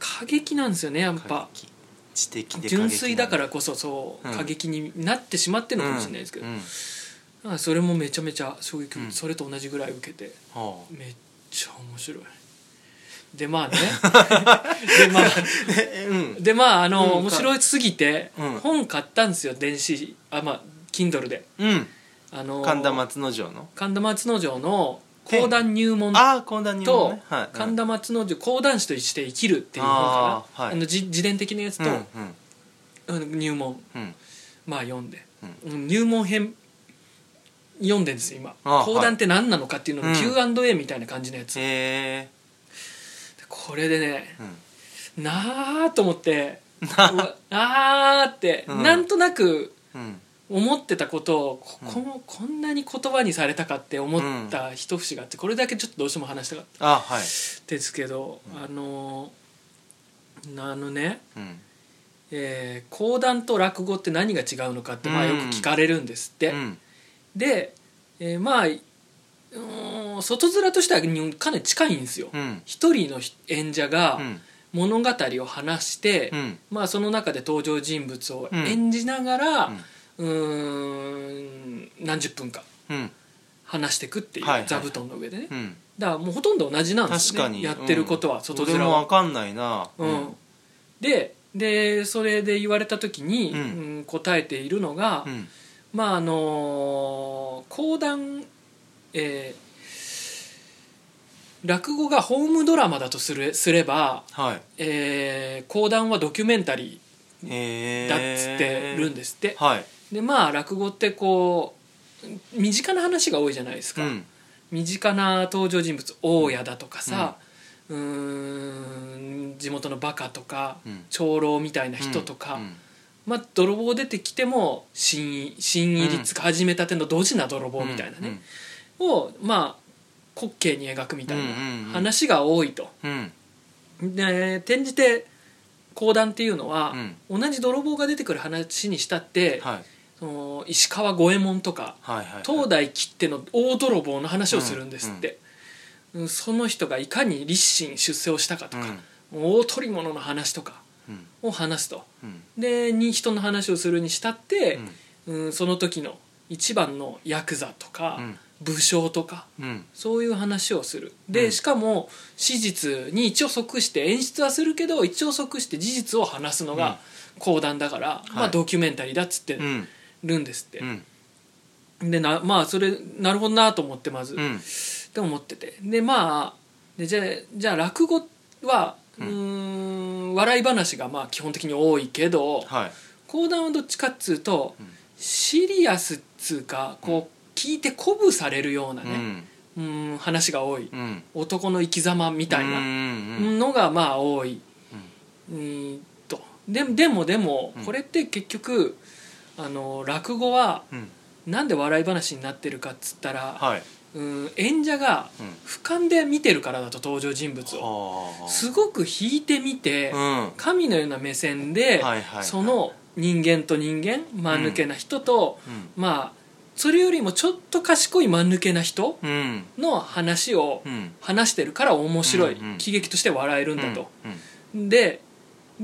A: 過激なんですよねやっぱ
B: 過激知的で過激な
A: 純粋だからこそそう、
B: うん
A: 過激になってしまってるのかもしれないですけど、
B: うんうん
A: なんかそれもめちゃめちゃ衝撃、
B: うん
A: それと同じぐらい受けて
B: はあ
A: めっちゃ面白いでまあ
B: *laughs*
A: ねでまあ
B: えうん
A: でまああの、
B: うん
A: 面白すぎて、
B: うん
A: 本買ったんですよ電子あまあ Kindle で
B: *laughs* うん
A: あの
B: 神田松之丞の
A: 神田松之丞の「講談入門」
B: ああ神田にも
A: と
B: ねはいうん
A: 神田松之丞講談師として生きるっていう本か
B: あー
A: な
B: はい
A: あのじ自伝的なやつと
B: うんうん
A: あの入門
B: うん
A: まあ読んでうん入門編読んでんですよ今
B: あー
A: 講談って何なのかっていうの
B: う
A: の
B: ん
A: Q&A みたいな感じのやつ
B: へえ
A: これでね
B: うん
A: なあと思ってうわあーって
B: うん
A: なんとなく
B: うん
A: 思ってたことをここもこんなに言葉にされたかって思った一節があってこれだけちょっとどうしても話したかっ
B: あはい
A: たですけどあのーあのね
B: うん
A: えー講談と落語って何が違うのかってまあ
B: う
A: よ
B: ん
A: く聞かれるんですって
B: う。ん
A: で、えーまあうーん外面としてはにかなり近いんですよ。
B: うん
A: 一人のひ演者が
B: うん
A: 物語を話して、
B: うん
A: まあ、その中で登場人物を演じながら、
B: うん
A: うーん何十分か
B: うん
A: 話していくっていう、
B: はいはいはい
A: 座布団の上でね、
B: うん
A: だからもうほとんど同じなんです
B: 確
A: よ
B: か
A: ね
B: に
A: やってることは外
B: うん
A: 面
B: 俺もわ
A: は、
B: かんないな
A: うんででそれで言われた時に、
B: うん
A: うん答えているのが、
B: うん
A: まああのー講談、えー落語がホームドラマだとするすれば、
B: はい
A: えー講談はドキュメンタリー
B: へえ
A: だっつってるんですって、
B: はい
A: でまあ落語ってこう身近な話が多いじゃないです
B: う
A: か、
B: ん
A: 身近な登場人物大家だとかさ、うーん地元のバカとか、
B: うん
A: 長老みたいな人とか、
B: うん
A: まあ、泥棒出てきても新新入りつか始めたてのドジな泥棒みたいなね、をまあ滑稽に描くみたいな話が多いと。
B: うんうん
A: で転じて講談っていうのは、同じ泥棒が出てくる話にしたって、
B: はい
A: その石川五右衛門とか
B: はいはい
A: 東大切手の大泥棒の話をするんですって、うんその人がいかに立身出世をしたかとか、
B: うん
A: 大取り物の話とか
B: う
A: を
B: ん
A: 話すと
B: うん
A: でに人の話をするにしたって
B: うん、
A: うん、その時の一番のヤクザとか、
B: うん
A: 武将とか
B: うん
A: そういう話をする
B: う
A: で
B: ん
A: しかも史実に一応即して演出はするけど一応即して事実を話すのが講談だから、ま
B: は
A: あ、
B: い
A: ドキュメンタリーだっつって
B: うん
A: るんですって、
B: うん
A: でなまあそれなるほどなと思ってまず、
B: うん
A: って思っててでまあでじゃあじゃあ落語はう
B: うん
A: ーん笑い話がまあ基本的に多いけど
B: はい
A: 講談はどっちかっつうと
B: うん
A: シリアスっつうかこう聞いて鼓舞されるような
B: う
A: ね
B: ん
A: うーん話が多い
B: うん
A: 男の生き様みたい
B: うん
A: な
B: うん
A: のがまあ多いうーんとででもでも
B: うん
A: これって結局あの落語は
B: うん
A: なんで笑い話になってるかっつったら
B: はいう
A: ーん演者が
B: うん
A: 俯瞰で見てるからだと登場人物を
B: はあ
A: すごく引いてみて
B: うん
A: 神のような目線で
B: はいはい
A: その人間と人間間抜けな人と
B: うん
A: まあそれよりもちょっと賢い間抜けな人
B: うん
A: の話を
B: うん
A: 話してるから面白い
B: うんうん
A: 喜劇として笑えるんだと。
B: うん
A: で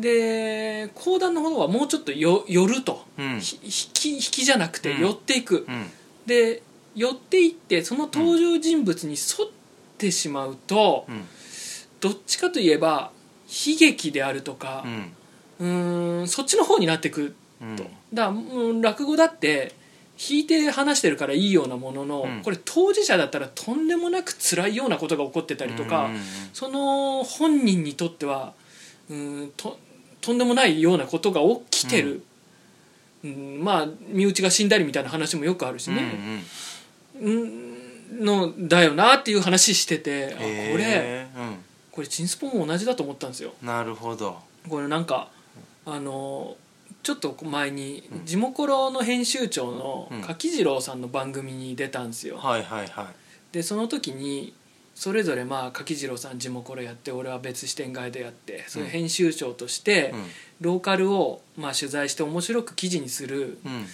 A: で講談の方はもうちょっとよ寄ると
B: うん
A: ひ引き引きじゃなくて
B: うん
A: 寄っていく
B: うん
A: で寄っていってその登場人物に沿ってしまうと、
B: うん
A: どっちかといえば悲劇であるとか
B: う、ん
A: うーんそっちの方になってく
B: うん
A: と、だからうん落語だって引いて話してるからいいようなものの、
B: うん
A: これ当事者だったらとんでもなく辛いようなことが起こってたりとか、
B: うんうん
A: その本人にとってはうーんととんでもないようなことが起きてる、うんまあ身内が死んだりみたいな話もよくあるし
B: うん
A: ね。
B: うん
A: んのだよなっていう話してて、あ
B: へえ
A: これ
B: うん
A: これチンスポンも同じだと思ったんですよ。
B: なるほど
A: これなんかあのちょっと前に「地元ロの編集長の
B: うん
A: 柿次郎さんの番組に出たんですよ。
B: はいはいはい
A: でその時にそれぞれまあ柿次郎さん地元ロやって俺は別視点外でやってそういう編集長として
B: うん
A: ローカルをまあ取材して面白く記事にする
B: うん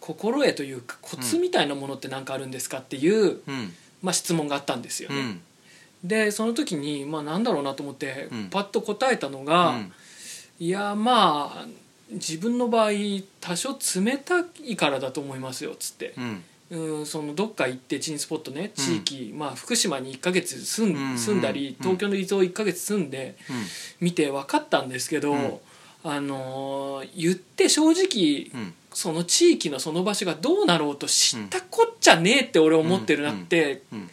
A: 心得というかコツみたいなものって何かあるんですかっていう
B: うん
A: まあ質問があったんですよ
B: う
A: ね。
B: ん
A: でその時にまあなんだろうなと思って
B: うん
A: パッと答えたのが、
B: うん
A: いやまあ自分の場合多少冷たいからだと思いますよっつって、
B: うん
A: うん、そのどっか行ってチンスポットね地域、まあ、福島に1ヶ月住ん,、
B: うん
A: 住んだり
B: うん
A: 東京の伊豆を1ヶ月住んで
B: うん
A: 見て分かったんですけど、
B: うん
A: あのー言って正直、
B: うん
A: その地域のその場所がどうなろうと知ったこっちゃねえって俺思ってるなって
B: うん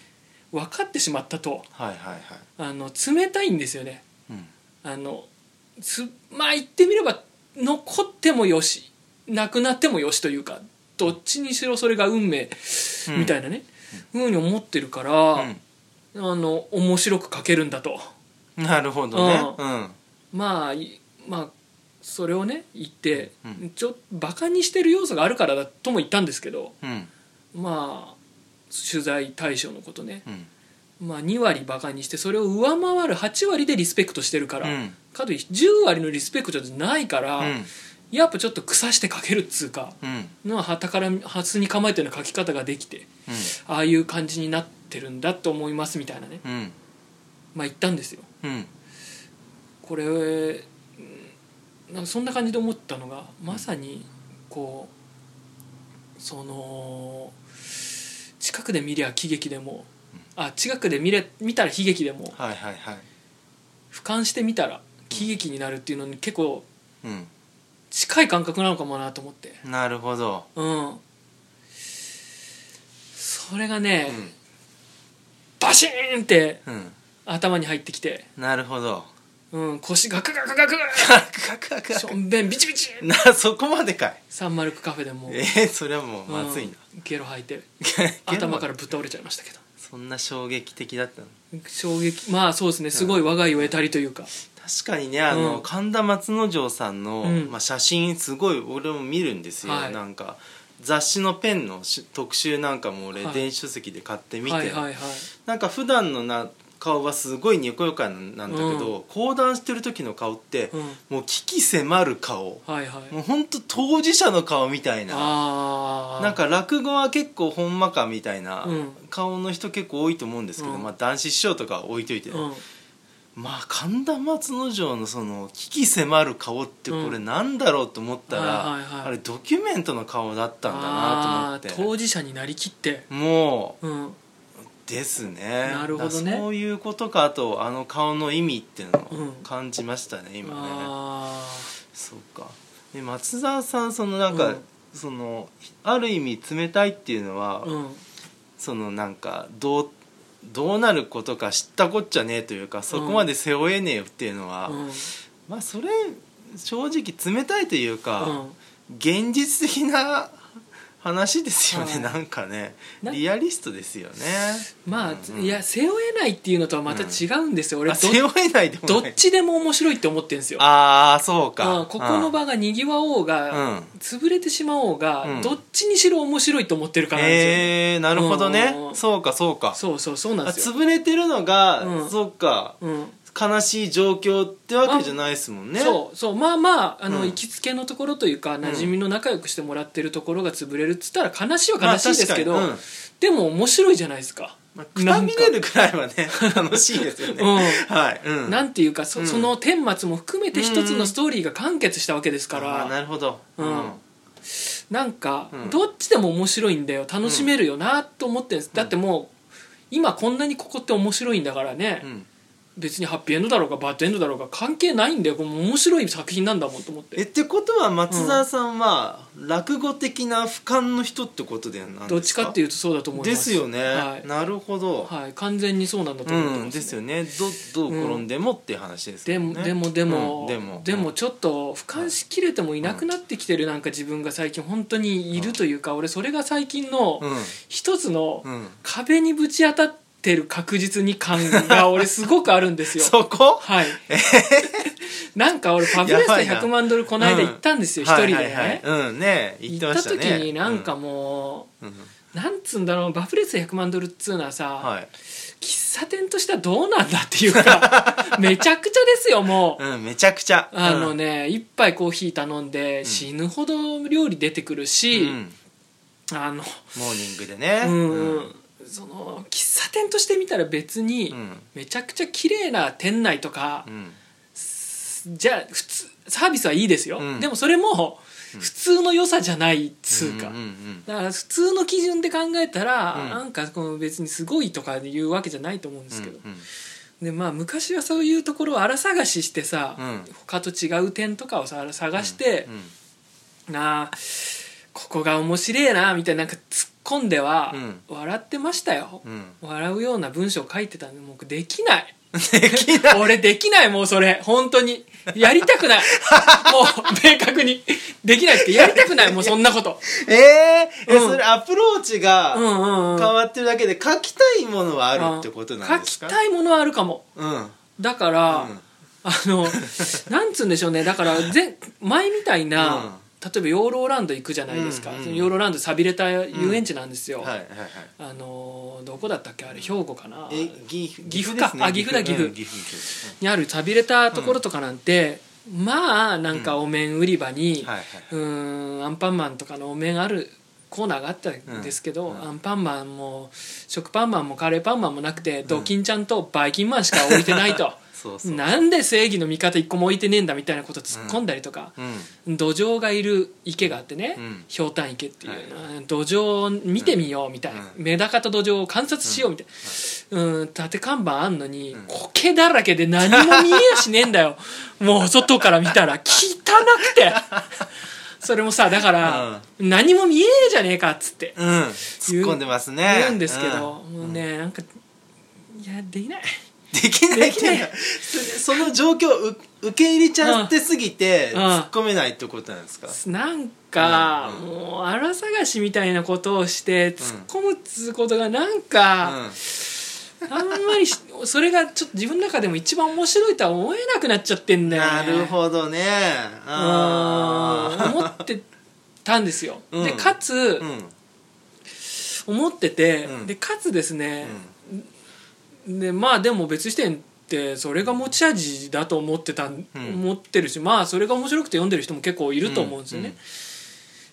A: 分かってしまったと。
B: はいはいはい
A: あの冷たいんですよね
B: うん
A: あのつまあ言ってみれば残ってもよしなくなってもよしというかどっちにしろそれが運命みたいなね、ふうに思ってるから、あの面白く書けるんだと
B: うんなるほどね
A: う
B: うん
A: まあいまあそれをね言って、
B: うん
A: ちょバカにしてる要素があるからだとも言ったんですけど
B: うん
A: まあ取材対象のことね、
B: うん
A: まあ、2割バカにしてそれを上回る8割でリスペクトしてるから、
B: うん
A: かといって10割のリスペクトじゃないから、
B: うん
A: やっぱちょっと腐して書けるっつうか
B: うん
A: のはたからはすに構えての書き方ができて
B: うん
A: ああいう感じになってるんだと思いますみたいなね
B: うん
A: まあ言ったんですよ
B: うん
A: これうんなんかそんな感じで思ったのがまさにこうその近くで見りゃ喜劇でもあ近くで見れ見たら悲劇でも
B: はいはいはい
A: 俯瞰してみたら喜劇になるっていうのに結構
B: う
A: 近い感覚なのかもなと思って
B: んなるほど
A: うんそれがね、
B: うん
A: バシーンって
B: うん
A: 頭に入ってきて、
B: なるほど
A: うん、腰ガクガクガクしょんべんビチビチ
B: なそこまでかい
A: サンマルクカフェでもう
B: えーそれはもう
A: うん
B: まずいな
A: ゲロ吐い
B: *laughs*
A: て頭からぶっ倒れちゃいましたけど
B: そんな衝撃的だったの
A: 衝撃まあそうですねすごい我が家を得たりというか、
B: 確かにねあの、
A: うん
B: 神田松之丞さんの、
A: うん
B: まあ、写真すごい俺も見るんですよ、
A: はい
B: なんか雑誌のペンのし特集なんかも俺、
A: はい
B: 電子書籍で買って見て、
A: はいはいはい
B: なんか普段のな顔はすごいにこやかなんだけど、講談してる時の顔って、
A: うん
B: もう危機迫る顔
A: はいはい
B: もうほんと当事者の顔みたいな
A: ああ
B: なんか落語は結構ほんまかみたいな
A: うん
B: 顔の人結構多いと思うんですけど、
A: うん
B: まあ男子師匠とかは置いといて、
A: うん
B: まあ神田松之丞のその危機迫る顔ってこれなんだろうと思ったら、
A: うんはいはいはい
B: あれドキュメントの顔だったんだなと
A: あー
B: 思っ
A: 当事者になりきって
B: ても
A: うん
B: うですね
A: なるほどね
B: だからそういうことかとあの顔の意味っていうの
A: うん
B: を感じましたね、今ね
A: あ
B: そうかで松沢さんそのなんか、
A: うん
B: そのある意味冷たいっていうのは、
A: ーうん
B: そのなんかどうどうなることか知ったこっちゃねえというかそこまで背負えねえよっていうのは、
A: うん
B: まあそれ正直冷たいという
A: う
B: か、
A: ん
B: 現実的な話ですよね、
A: はい
B: なんかね
A: な
B: リアリストですよね
A: まあ、
B: うん
A: いや背負えないっていうのとはまた違うんですよ、俺
B: あ
A: ど
B: 背負えないでも
A: ど
B: ない
A: っちでも面白いって思ってるんですよ
B: ああそうか、
A: うんここの場がにぎわおうが、
B: うん
A: 潰れてしまおうが、
B: うん
A: どっちにしろ面白いと思ってるからなんですよ、
B: えー、なるほどね、
A: うん
B: そうかそうか
A: そうそうそうなん
B: あ
A: ですよ、
B: 潰れてるのが、
A: うん
B: そうか
A: うん
B: 悲しい状況ってわけじゃないですもんね
A: そうそうまあまああの、
B: うん
A: 行きつけのところというか馴染みの仲良くしてもらってるところが潰れるっつったら悲しいは悲しいですけど、
B: まあ確かにうん
A: でも面白いじゃないですか、
B: まあくたびれるくらいはね楽しいですよね、
A: う
B: はい、うん、
A: なんていうかそ,、
B: うん
A: その顛末も含めて一つのストーリーが完結したわけですから、
B: あーなるほど、
A: うんなんか、
B: うん
A: どっちでも面白いんだよ楽しめるよなと思ってるんです、だってもう今こんなにここって面白いんだからね、
B: うん
A: 別にハッピーエンドだろうがバッドエンドだろうが関係ないんだよこれ面白い作品なんだもんと思っ
B: えっててことは松沢さんは落語的な俯瞰の人ってことでなんですか
A: どっちかって
B: い
A: いうとそうだと思います
B: ですよね、
A: はい
B: なるほど、
A: はい、完全にそうなんだと思ってます、
B: うんですよねどどう転んでもっていう話です
A: で
B: よね、
A: もでもでも、
B: うんでも
A: でもちょっと俯瞰しきれてもいなくなってきてるなんか自分が最近本当にいるというか、俺それが最近の
B: うん
A: 一つの
B: うん
A: 壁にぶち当たってる確実に感が俺すごくあるんですよ。
B: *laughs* そこ
A: はい、なんか俺ファブレス
B: やばい
A: で
B: な
A: 100万ドルこの間行ったんですよ一、人でね、
B: はいはいはい、うんね言って
A: 行
B: ま
A: っ
B: したたね
A: 時になんかも
B: うん、うん
A: う、なんつうんだろうバブレスで100万ドルっつうのはさ、
B: はい、
A: 喫茶店としてはどうなんだっていうか
B: *laughs*
A: めちゃくちゃですよもう、
B: うん、めちゃくちゃ
A: あのね一杯コーヒー頼んで、死ぬほど料理出てくる
B: うん
A: し、
B: うん
A: あの
B: モーニングでね
A: うん、その喫茶店として見たら別に、
B: うん
A: めちゃくちゃ綺麗な店内とか
B: う、ん
A: じゃあ普通サービスはいいですよ、
B: うん
A: でもそれも普通の良さじゃないっつうか、
B: うんうんうん
A: だから普通の基準で考えたら、
B: うん
A: なんかこの別にすごいとかいうわけじゃないと思うんですけど、
B: うんうん
A: でまあ昔はそういうところを荒探ししてさ、
B: うん
A: 他と違う点とかをさ探して
B: う、ん
A: なあここが面白えなみたいななんか突っ込んでは
B: うん
A: 笑ってましたよ、
B: うん
A: 笑うような文章を書いてたんでもうできない
B: できない
A: 俺できないもうそれ本当にやりたくない
B: *laughs*
A: もう明確にできないってやりたくないもうそんなこと
B: えー、え
A: うん
B: それアプローチが
A: うんうんうん
B: 変わってるだけで書きたいものはあるってことなんです
A: 書
B: か
A: きたいものはあるかも
B: うんうん
A: だから、
B: うん
A: あのなんつうんでしょうねだから前前みたいな、
B: うん
A: 例えばヨーローランド行くじゃないですか、
B: うんうん
A: そのヨーローランド寂れた遊園地なんですよ、
B: はいはいはい
A: あのどこだったっけあれ兵庫かな
B: え岐阜
A: 岐阜か
B: ですね
A: あ岐阜だ
B: うん
A: 岐
B: 岐阜岐阜
A: にある寂れたところとかなんて、まあなんかお面売り場に、
B: うんはいはいう
A: ーんアンパンマンとかのお面あるコーナーがあったんですけど、
B: うんうん
A: アンパンマンも食パンマンもカレーパンマンもなくて、ドキンちゃんとバイキンマンしか置いてない
B: *laughs*
A: と
B: そうそう
A: なんで正義の味方一個も置いてねえんだみたいなこと突っ込んだりとか、
B: うん
A: 土壌がいる池があってね、
B: うん
A: ひょうたん池っていう、
B: はい
A: 土壌を見てみようみたいな、
B: うん
A: メダカと土壌を観察しようみたいな、うん縦看板あんのに、
B: ん
A: 苔だらけで何も見えやしねえんだ
B: *laughs*
A: よもう外から見たら汚くてそれもさだから、何も見えねえじゃねえかっつって
B: うん突っ込んでますね
A: 言うんですけど、
B: うん
A: もうねなんかいやでき
B: *laughs*
A: ない
B: できない
A: できない
B: できないその状況をう受け入れちゃってすぎて
A: うん
B: 突っ込めないってことなんですか
A: なんか、
B: うん
A: もう荒探しみたいなことをして突っ込むっつうことがなんか、
B: うん
A: あんまりしそれがちょっと自分の中でも一番面白いとは思えなくなっちゃってんだよね
B: なるほどねあ
A: うん思ってたんですよ、
B: うん
A: でかつ
B: ー、うん
A: 思ってて、
B: うん
A: でかつですね、でまあでも別視点ってそれが持ち味だと思ってた、ん、
B: うん
A: 思ってるしまあそれが面白くて読んでる人も結構いると思うんですよね、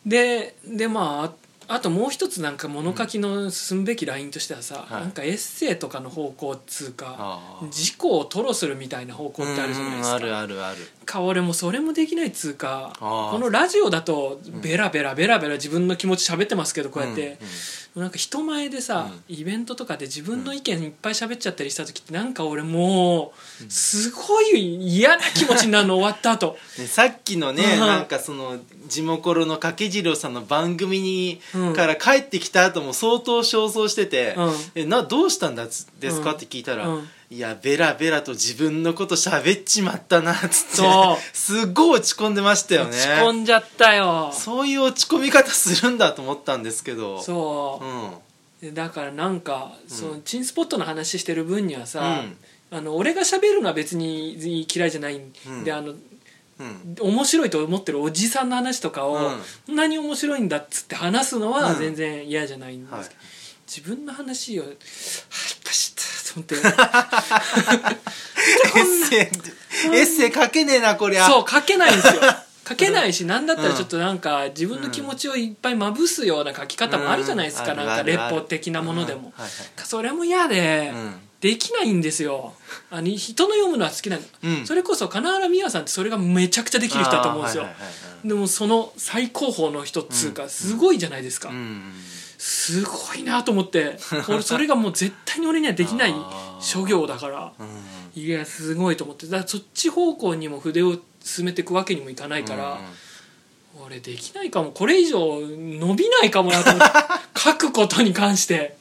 A: ででまああともう一つなんか物書きの進むべきラインとしてはさ、
B: はい
A: なんかエッセイとかの方向っつうか
B: あー
A: 自己を吐露するみたいな方向ってあるじゃないです
B: う
A: か
B: んあるあるある
A: か俺もそれもできないっつうか
B: あー
A: このラジオだとベラベラベラベラ自分の気持ち喋ってますけどこうやって、なんか人前でさ、イベントとかで自分の意見いっぱい喋っちゃったりした時ってなんか俺もうすごい嫌な気持ちになるの終わった
B: *laughs*
A: 後
B: でさっきのね、
A: うん
B: なんかその地元の掛け次郎さんの番組
A: う
B: に、
A: ん
B: から帰ってきた後も相当焦燥してて「
A: うん
B: えなどうしたんだつですか?」
A: うん
B: って聞いたら「
A: うん
B: いやベラベラと自分のこと喋っちまったな」っつって
A: そう
B: すっごい落ち込んでましたよ
A: 落
B: ね
A: ち込んじゃったよそ
B: そういう落ち込み方するんだと思ったんですけどう、ん、
A: うだからなんか、そのチンスポットの話してる分にはさ、
B: うん
A: あの俺が喋るのは別に嫌いじゃないんで、
B: うん
A: あの
B: うん、
A: 面白いと思ってるおじさんの話とかを、
B: うん
A: こんなに面白いんだっつって話すのは
B: うん
A: 全然嫌じゃないんですけど、
B: はい
A: 自分の話を「はっぱした」と思
B: *laughs*
A: ってなんでこん
B: エッ
A: な
B: セイエッセイ書けねえなこりゃ
A: そう書けないん
B: *laughs*
A: ですよ書けないし何だったら
B: うん
A: ちょっとなんか自分の気持ちをいっぱいまぶすような書き方もあるじゃないですか、
B: うん
A: な
B: あ
A: ん
B: る
A: か
B: ある
A: 列法的なものでも、
B: うんはい
A: それも嫌で、
B: はいうん
A: できないんですよあの人の読むのは好きなの、
B: うん
A: それこそ金原美和さんってそれがめちゃくちゃできる人だと思うんですよ、
B: あーはいはいはいはい
A: でもその最高峰の人っつうかすごいじゃないですか、
B: うん
A: すごいなと思って
B: *laughs*
A: 俺それがもう絶対に俺にはできない
B: あー
A: 諸行だから
B: うん
A: いやすごいと思ってだからそっち方向にも筆を進めていくわけにもいかないから、俺できないかもこれ以上伸びないかもなと思
B: *laughs*
A: って書くことに関して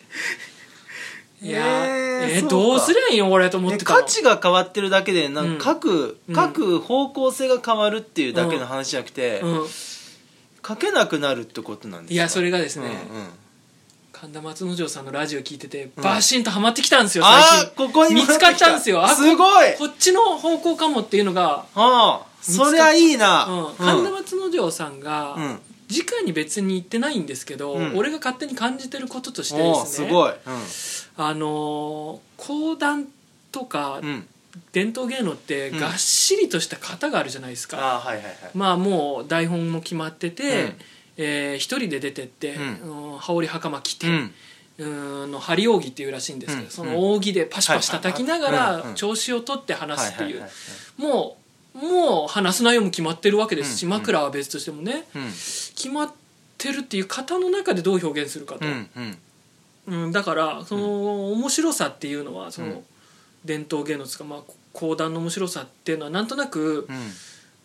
A: いや
B: え
A: ー
B: ー
A: え
B: そうか
A: どうすりゃいいの俺と思って
B: え
A: たの
B: 価値が変わってるだけでなんか書く、
A: うん
B: 書く方向性が変わるっていうだけの話じゃなくて、
A: うん、
B: 書けなくなるってことなんですか
A: いやそれがですね
B: うんうん
A: 神田松之丞さんのラジオ聞いてて
B: うん
A: バシンとハマってきたんですよ、
B: あーここに
A: 見つかったんですよあこ
B: すごい
A: こっちの方向かもっていうのが、
B: ああそりゃいいな、
A: うん、
B: う
A: 神田
B: ん
A: 松之丞さんが、
B: うん
A: 直に別に言ってないんですけど、
B: うん
A: 俺が勝手に感じてることとしてで
B: おー
A: す
B: す
A: ね
B: ごい、
A: あのー講談とか
B: うんうん、
A: 伝統芸能って
B: うん
A: がっしりとした型があるじゃないですか、
B: あーはいはいはい
A: まあもう台本も決まってて、
B: うん
A: えー一人で出てって、
B: う
A: う
B: ん
A: ん羽織袴着て、
B: うん
A: うーんの張り扇っていうらしいんですけど、
B: うん
A: その扇でパシパシ叩きなが
B: はいはいはいうん
A: ら
B: うん
A: 調子を取って話すっていう、
B: はいはいはい
A: もうもう話す内容も決まってるわけですし、
B: うんうん
A: 枕は別としてもね
B: うん
A: 決まってるっていう型の中でどう表現するかと、
B: うんうん
A: うんだからその面白さっていうのはその、
B: うん
A: 伝統芸能ですか、まあ、講談の面白さっていうのはなんとなく、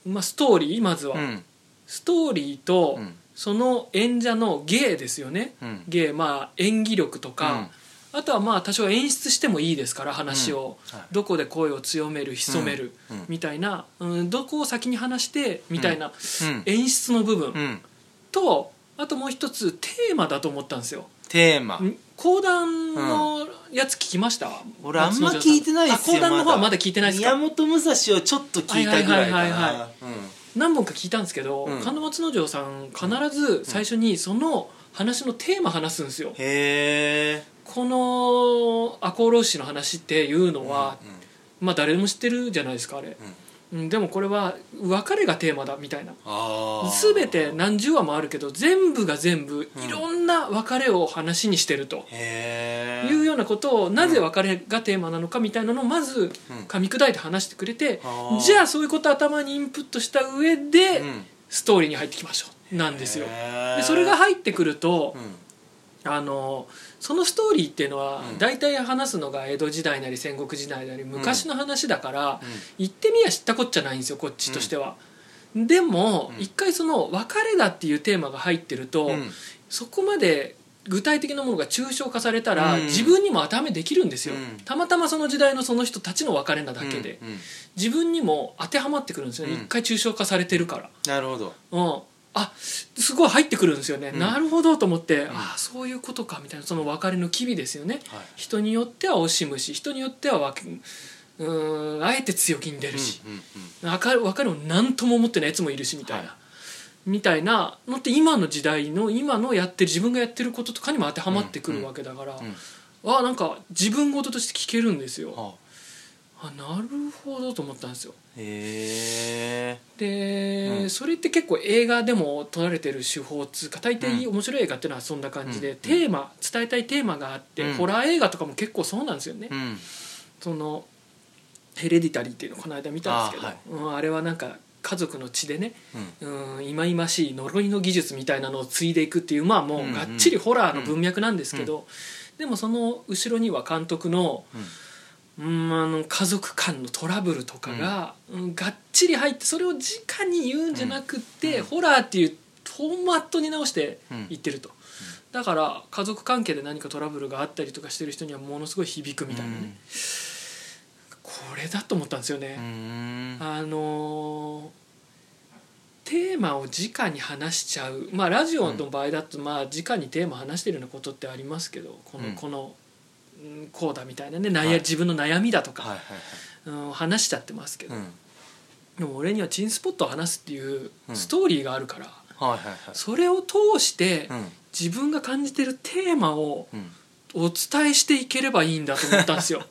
B: うん
A: まあ、ストーリーまずは、
B: うん
A: ストーリーと、
B: うん
A: その演者の芸ですよね
B: うん
A: 芸、まあ、演技力とか。あとはまあ多少演出してもいいですから話を、
B: うんはい
A: どこで声を強める潜める、
B: うんうん
A: みたいな、うん、どこを先に話してみたいな
B: うん
A: 演出の部分
B: うん
A: と、あともう一つテーマだと思ったんですよ
B: テーマ
A: ん講談のやつ聞きました、
B: 俺あんま聞いてないですよ
A: あ講談の方はま
B: ま
A: だ聞いてないです
B: 宮
A: か
B: 本武蔵をちょっと聞いたぐらいか
A: はいはいはいはい
B: な
A: は
B: うん
A: 何本か聞いたんですけど、
B: うん
A: 神田松之丞さん必ず最初にその話のテーマ話すんですよ、
B: へえ
A: この赤穂浪士の話っていうのは、まあ誰でも知ってるじゃないですかあれ
B: うんうん
A: うん、でもこれは別れがテーマだみたいな
B: あー
A: 全て何十話もあるけど全部が全部
B: うん
A: いろんな別れを話にしてると
B: へえ
A: いうようなことをなぜ別れがテーマなのかみたいなのをまず
B: うん
A: 噛み砕いて話してくれて
B: あー
A: じゃあそういうことを頭にインプットした上で
B: うん
A: ストーリーに入ってきましょうなんですよ。
B: へー
A: でそれが入ってくると
B: うん
A: あのそのストーリーっていうのは
B: うん
A: 大体話すのが江戸時代なり戦国時代なり昔の話だから。
B: うん
A: 行ってみや知ったこっちゃないんですよこっちとしては、でも、
B: うん
A: 一回その「別れだ」っていうテーマが入ってると、
B: うん
A: そこまで具体的なものが抽象化されたら、
B: うん
A: 自分にも当てはめできるんですよ、
B: うん
A: たまたまその時代のその人たちの別れなだけで、
B: うんうん
A: 自分にも当てはまってくるんですよね、
B: うん
A: 一回抽象化されてるから、
B: なるほど
A: うん、あすごい入ってくるんですよね、
B: うん
A: なるほどと思って、ああそういうことかみたいなその別れの機微ですよね
B: はい
A: 人によっては惜しむし人によってはわけうーんあえて強気に出るし、
B: うんうん
A: わかる分かるも何とも思ってないやつもいるしみたいな、
B: はい
A: みたいなのって今の時代の今のやってる自分がやってることとかにも当てはまってくるわけだから、
B: うんうん
A: あなんか自分事として聞けるんですよ、
B: は
A: あなるほどと思ったんですよ
B: へえ
A: で、
B: うん
A: それって結構映画でも撮られてる手法っつうか大抵面白い映画っていうのはそんな感じで、
B: うん
A: テーマ伝えたいテーマがあって、
B: うん
A: ホラー映画とかも結構そうなんですよね、
B: うん
A: そのヘレディタリーっていうのをこの間見たんですけど
B: あ
A: あ,、うん、あれはなんか家族の血でね
B: うん
A: うん忌々しい呪いの技術みたいなのを継いでいくっていうまあもうがっちりホラーの文脈なんですけど、でもその後ろには監督の
B: うん
A: うんあの家族間のトラブルとかが、うんがっちり入ってそれを直に言うんじゃなくって、
B: うん
A: ホラーっていうフォーマットに直して
B: うん
A: いってると、だから家族関係で何かトラブルがあったりとかしてる人にはものすごい響くみたいなね、これだと思ったんですよ
B: う
A: ね。
B: ん
A: あのーテーマを直に話しちゃうまあラジオの場合だとまあ直にテーマ話してるようなことってありますけどこの,、
B: うん
A: このうんこうだみたいなね悩
B: はい
A: 自分の悩みだとか、
B: はいはい
A: うん、話しちゃってますけど、
B: はいうん
A: でも俺にはチンスポットを話すっていう
B: うん
A: ストーリーがあるから、
B: はいはいはい
A: それを通して
B: うん
A: 自分が感じてるテーマを
B: うん
A: お伝えしていければいいんだと思ったん
B: *laughs*
A: ですよ。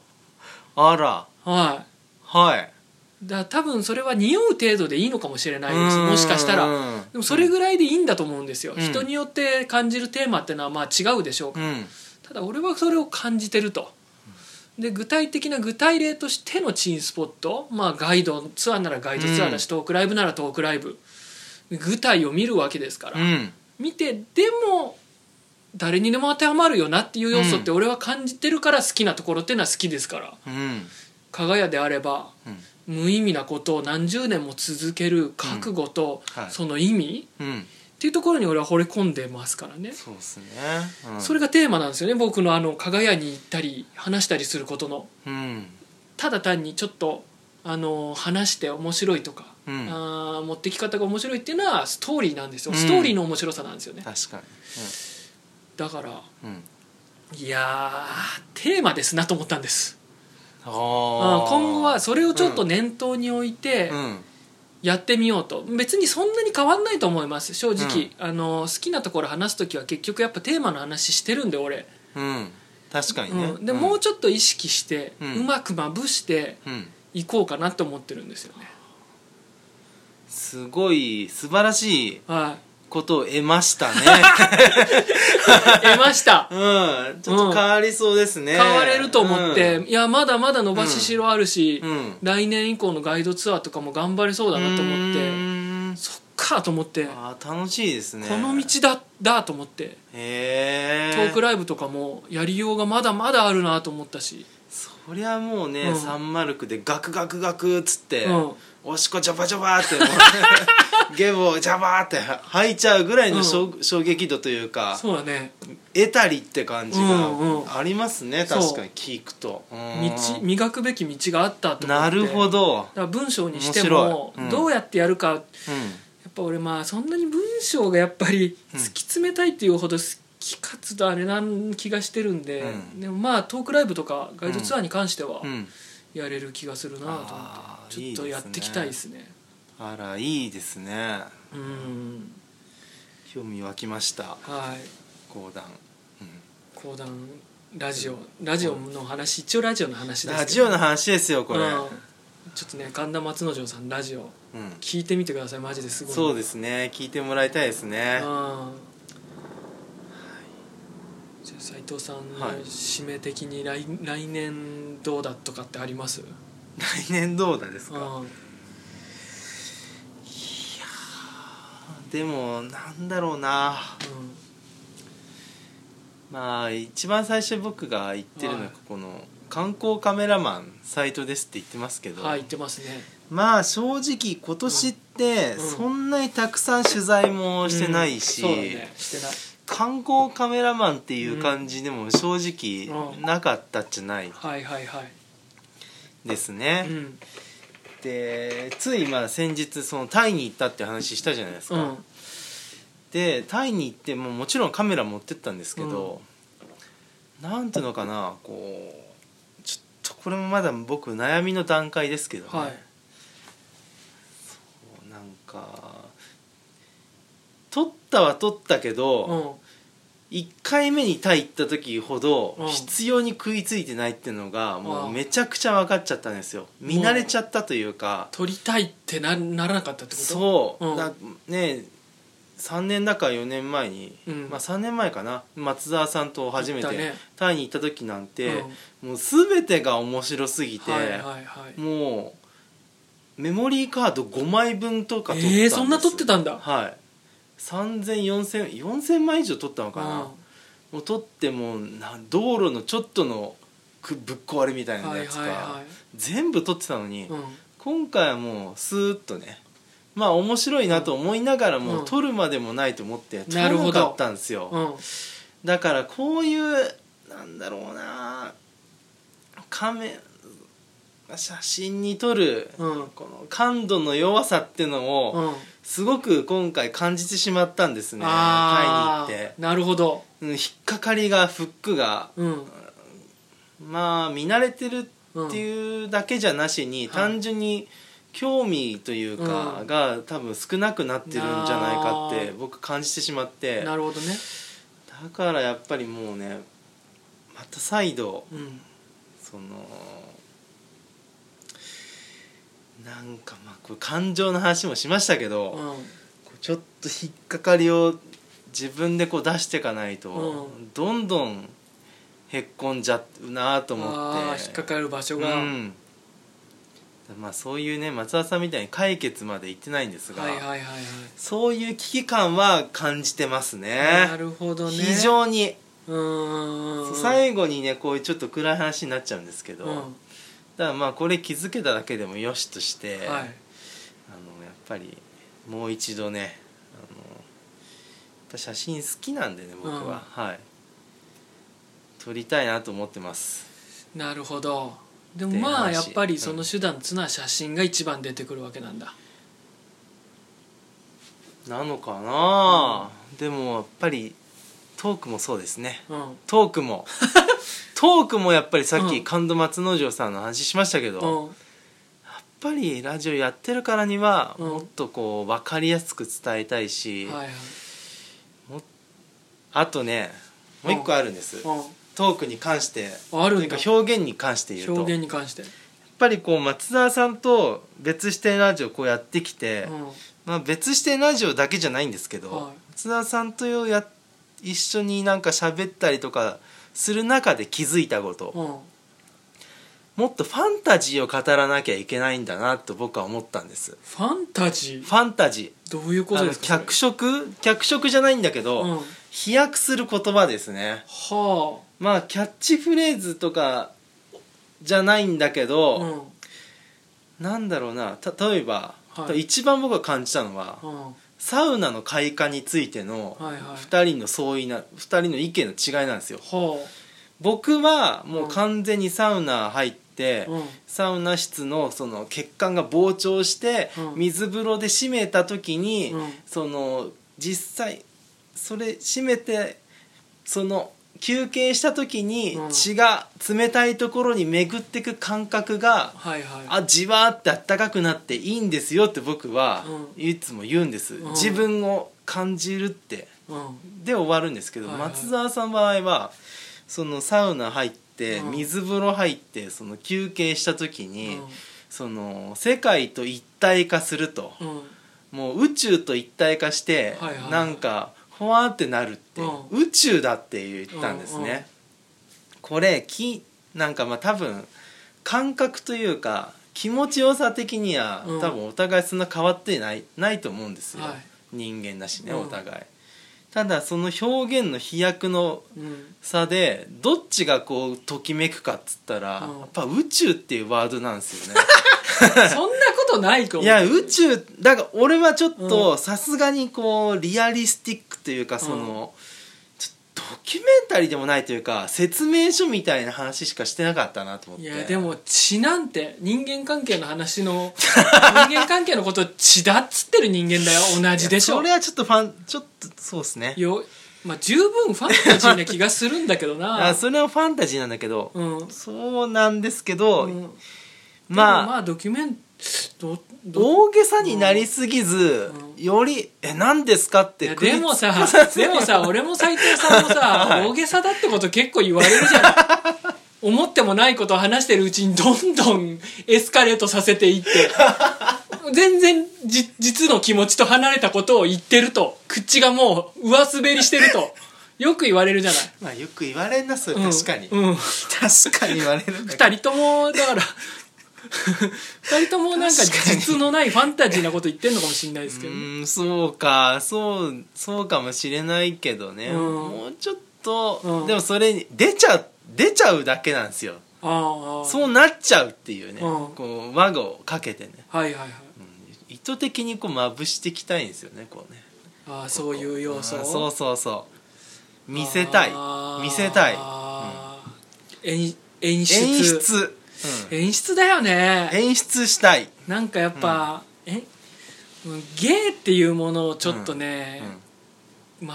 B: あら
A: は
B: はい
A: い、だ多分それは匂う程度でいいのかもしれないですもしかしたら。
B: ら
A: でもそれぐらいでいいんだと思うんですよ、
B: うん
A: 人によって感じるテーマってのはまあ違うでしょう
B: う
A: か、
B: ん
A: ただ俺はそれを感じてると。で具体的な具体例としてのチンスポット、まあ、ガイドツアーならガイドツアーだし、トークライブならトークライブ具体を見るわけですから、
B: うん
A: 見てでも誰にでも当てはまるよなっていう要素って俺は感じてるから好きなところっていうのは好きですから
B: うん
A: 加賀屋であれば
B: うん
A: 無意味なことを何十年も続ける覚悟と
B: うんはい
A: その意味、
B: うん
A: っていうところに俺は惚れ込んでますからね。
B: そうですねうん
A: それがテーマなんですよね僕のあの加賀屋に行ったり話したりすることの
B: うん
A: ただ単にちょっとあの話して面白いとか、
B: うん
A: あー持ってき方が面白いっていうのはストーリーなんですよ、
B: うん
A: ストーリーの面白さなんですよね
B: 確かに
A: だから
B: うんうん
A: いやーテーマですなと思ったんです
B: あ
A: あ
B: ー
A: ー今後はそれをちょっと念頭に置いて
B: うん
A: やってみようと別にそんなに変わんないと思います正直、あの好きなところ話す時は結局やっぱテーマの話してるんで俺、
B: うん確かにね
A: うん、でもうちょっと意識して、う
B: うん
A: まくまぶして
B: うん
A: いこうかなと思ってるんですよね
B: すごい素晴らしい
A: はい
B: ことを得
A: *laughs*
B: ましたね
A: 得ま
B: *laughs*
A: した
B: うんちょっと変わりそうですね
A: 変われると思って、いやまだまだ伸ばししろあるし、
B: うんうん
A: 来年以降のガイドツアーとかも頑張れそうだなと思って
B: うーん
A: そっかと思って、
B: あー楽しいですね
A: この道だだと思って
B: へ
A: ト
B: え
A: ークライブとかもやりようがまだまだあるなと思ったし、
B: そりゃもうね、
A: うん
B: サンマルクでガクガクガクっつって、
A: うん
B: おしっこジャバジャバっても
A: *laughs*
B: うゲボをジャバーって吐いちゃうぐらいの衝,、衝撃度というか
A: そうだね
B: 得たりって感じ
A: うんうん
B: がありますね、
A: そう
B: 確かに聞くと
A: 道
B: 道
A: 磨くべき道があったと思って
B: なるほ
A: だか
B: ど、
A: ら文章にして
B: 面
A: も
B: 白いうん
A: どうやってやるか、や
B: う
A: っぱ俺まあそんなに文章がやっぱり
B: うん
A: 突き詰めたいっていうほど好きかつあれなん気がしてるんで、
B: うん
A: でもまあトークライブとかガイドツアーに関しては
B: んうん
A: やれる気がするなと思って、
B: あー
A: ちょっとやっていきたいですね
B: あらいいですね
A: うん
B: 興味湧きました
A: はい
B: 講談、
A: 講談ラジオラジオの話一応ラジオの話
B: うん、
A: です
B: ラ
A: け
B: ジ
A: ど
B: オの話ですよこれ、
A: うんちょっとね神田松之丞さんラジオ
B: うん
A: 聞いてみてくださいマジですごい
B: そう
A: で
B: ですね聞いてもらいたいですね
A: じゃあ斉藤さんの
B: はい
A: 締め的に来,、来年どうだとかってあります
B: 来年どうだですか
A: うん
B: でもなんだろうなまあ一番最初僕が言ってるの
A: は
B: が
A: い
B: この観光カメラマンサイトですって言ってますけ
A: うん
B: ど、
A: はい言ってますね
B: まあ正直今年って
A: うん
B: そんなにたくさん取材もしてないし、
A: うんそうだねしてない
B: 観光カメラマンっていう感じでも
A: う
B: 正直
A: ん
B: なかったじゃない
A: はいはいはい
B: ですね、
A: うん
B: でついまあ先日そのタイに行ったって話したじゃないですか、
A: うん
B: でタイに行ってもうもちろんカメラ持ってったんですけど、なんていうのかなこうちょっとこれもまだ僕悩みの段階ですけどね、
A: はい
B: なんか撮ったは撮ったけど、
A: うん
B: 1回目にタイ行った時ほど
A: うん
B: 必要に食いついてないっていうのがも
A: あ
B: う
A: あ
B: めちゃくちゃ分かっちゃったんですよ見慣れちゃったというか
A: 取りたいってなならなかったってこと
B: そう、
A: うん
B: だね3年だか4年前に、
A: うん
B: まあ、3年前かな松沢さんと初め
A: 行った
B: て
A: ね
B: タイに行った時なんて、
A: うん
B: もう全てが面白すぎて、
A: はいはいはい
B: もうメモリーカード5枚分とか取ったんです
A: えー、そんな取ってたんだ
B: はい30004000枚以上取ったのかな、もう取ってもな道路のちょっとのくぶっ壊れみた
A: う
B: い
A: ん
B: な
A: はいは
B: や
A: い
B: つか、
A: は
B: 全部取ってたのに、
A: い、うん、
B: 今回はもうスーッとねまあ面白いなと思いながらも、
A: うん
B: 取るまでもないと思って取
A: な
B: ら
A: るほ
B: な
A: ど
B: かったんですよ、
A: うん、
B: だからこういうなんだろうなカメ写真に撮る、
A: うん
B: この感度の弱さっていうのを、
A: うん
B: すごく今回感じてしまったんですね
A: あ
B: タイに行
A: あ
B: って
A: なるほど、
B: うん引っかかりがフックが
A: うん、
B: まあ見慣れてる
A: うん
B: っていうだけじゃなしに、
A: はい
B: 単純に興味というか、
A: うん
B: が多分少なくなってるんじゃないかって
A: あー
B: 僕感じてしまって
A: なるほどね、
B: だからやっぱりもうねまた再度
A: うん、
B: そのなんかまあこれ感情の話もしましたけど、
A: うん
B: こうちょっと引っかかりを自分でこう出していかない
A: う
B: と、どんどんへっこんじゃうなと思って
A: ああ引っかかる場所が、
B: うんまあ、そういうね松田さんみたいに解決まで行ってないんですが、
A: はいはいはいはい、
B: そういう危機感は感じてます
A: な
B: ね
A: るほどね
B: 非常に、
A: うーん
B: 最後にねこういうちょっと暗い話になっちゃうんですけど、
A: うん
B: ただまあこれ気づけただけでもよしとして、あの
A: は
B: やっ
A: い
B: ぱりもう一度ねあのやっぱ写真好きなんでね僕は、はい撮りたいなと思ってます
A: なるほどでも
B: っていう話
A: まあやっぱりそうの
B: ん
A: 手段っつうのは写真が一番出てくるわけなんだ、
B: なのかな、でもやっぱりトークもそうですね
A: うん
B: トー
A: *laughs*
B: クもトークもやっぱりさっ
A: う
B: き
A: ん
B: 神田松之丞さんの話しましたけど、やっ
A: うん、
B: ぱりラジオやってるからには
A: うん
B: もっとこう分かりやすく伝えたいし、
A: はいはい、
B: あとねもう一個あるんです、
A: う
B: トークに関して
A: ん、ある
B: とい
A: ん
B: う
A: だ
B: か表現に関して言うと
A: 表
B: やっ
A: 現に関して、
B: ぱりこう松沢さんと別視点ラジオこうやってきて、
A: う
B: まあ、別視点ラジオだけじゃないんですけど、
A: はい
B: 松沢さんとや一緒になんか喋ったりとかする中で気づいたこと、
A: んうん、
B: もっとファンタジーを語らなきゃいけないんだなと僕は思ったんです
A: ファンタジ
B: ファンタジ
A: ーどういうこ
B: ーあ
A: と
B: の
A: ですか
B: 脚色脚色じゃないんだけど、
A: それうん、
B: 飛躍する言葉ですね
A: は
B: まあキャッチフレーズとかじゃないんだけ
A: あ、
B: ど、
A: うんうん
B: なんだろうなた例えば、
A: はい
B: 一番僕が感じたのは、
A: は
B: サウナの開花についての
A: いはいは
B: 2人の相違な2人の意見の違いなんですよ
A: あ、
B: 僕はも
A: ん
B: う完全にサウナ入って、
A: うん、
B: サウナ室のその血管が膨張して、
A: うん
B: 水風呂で締めた時に、
A: うん
B: その実際それ締めてその休憩した時に
A: うん
B: 血が冷たいところに巡ってく感覚が、
A: はいはい
B: あじわーってあったかくなっていいんですよって僕は
A: う
B: いつも言うんです、
A: ん
B: 自分を感じるって
A: うん
B: で終わるんですけど、
A: はいはい
B: 松沢さんの場合はそのサウナ入って、
A: うん
B: 水風呂入ってその休憩した時に、
A: うん
B: その世界と一体化すると、
A: うん
B: もう宇宙と一体化して、
A: はいはい
B: なんかほわーってなるって、
A: う
B: 宇宙だって言ったんですね、
A: うんうん
B: これきなんかまあ多分感覚というか気持ちよさ的には、
A: うん
B: 多分お互いそんな変わってないないと思うんですよ、
A: はい
B: 人間だしね
A: うん
B: お互い、ただその表現の飛躍の
A: うん
B: 差でどっちがこうときめくかっつったら、
A: うん
B: やっぱ宇宙っていうワードなんですよね
A: そんなことないと思う
B: い
A: い
B: や宇宙だから俺はちょっ
A: う
B: とさすがにこうリアリスティックというかその、ちょドキュメンタリーでもないというか説明書みたいな話しかしてなかったなと思っ
A: い
B: て
A: やでも血なんて人間関係の話
B: *laughs*
A: の人間関係のこと血だっつってる人間だよ同じでしょ
B: それはちょっとファンちょっとそうですね
A: よまあ十分ファンタジーな気がするんだけどな
B: あそれはファンタジーなんだけど、
A: うん、うん、
B: そうなんですけど、
A: でも
B: まあ
A: まあドキュメンどど
B: 大げさになりすぎず、
A: う
B: より「え何ですか?」っ
A: い
B: て
A: や
B: 食いつ
A: でも
B: *laughs*
A: さでもさ俺も斎藤さんもさ大げさだってこと結構言われるじゃない思ってもないことを話してるうちにどんどんエスカレートさせていって
B: *laughs*
A: 全然じ実の気持ちと離れたことを言ってると口がもう上滑りしてるとよく言われるじゃない
B: まあよく言われんなそれ
A: うん
B: 確かに、
A: うん
B: 確かに言われるんだけど
A: 二人ともだから二人ともなんか
B: 確かに
A: 実のないファンタジーなこと言ってんのかもしれないですけどね、
B: うんそうかそうそうかもしれないけどね、
A: うん
B: もうちょっと、
A: うん
B: でもそれに出ちゃ出ちゃうだけなんですよ
A: ああ
B: そうなっちゃうっていうね、
A: うん
B: こう輪をかけてね、
A: はいはいはい
B: うん意図的にこうまぶしていきたいんですよねこうね
A: ああそういう要素
B: あ
A: を
B: ーそうそうそう見せたい
A: あー
B: 見せたい、うん
A: 演演出
B: 演出、うん
A: 演出だよね
B: 演出したい、
A: なんかやっぱ、えうん芸っていうものをちょっとね、
B: うん
A: 全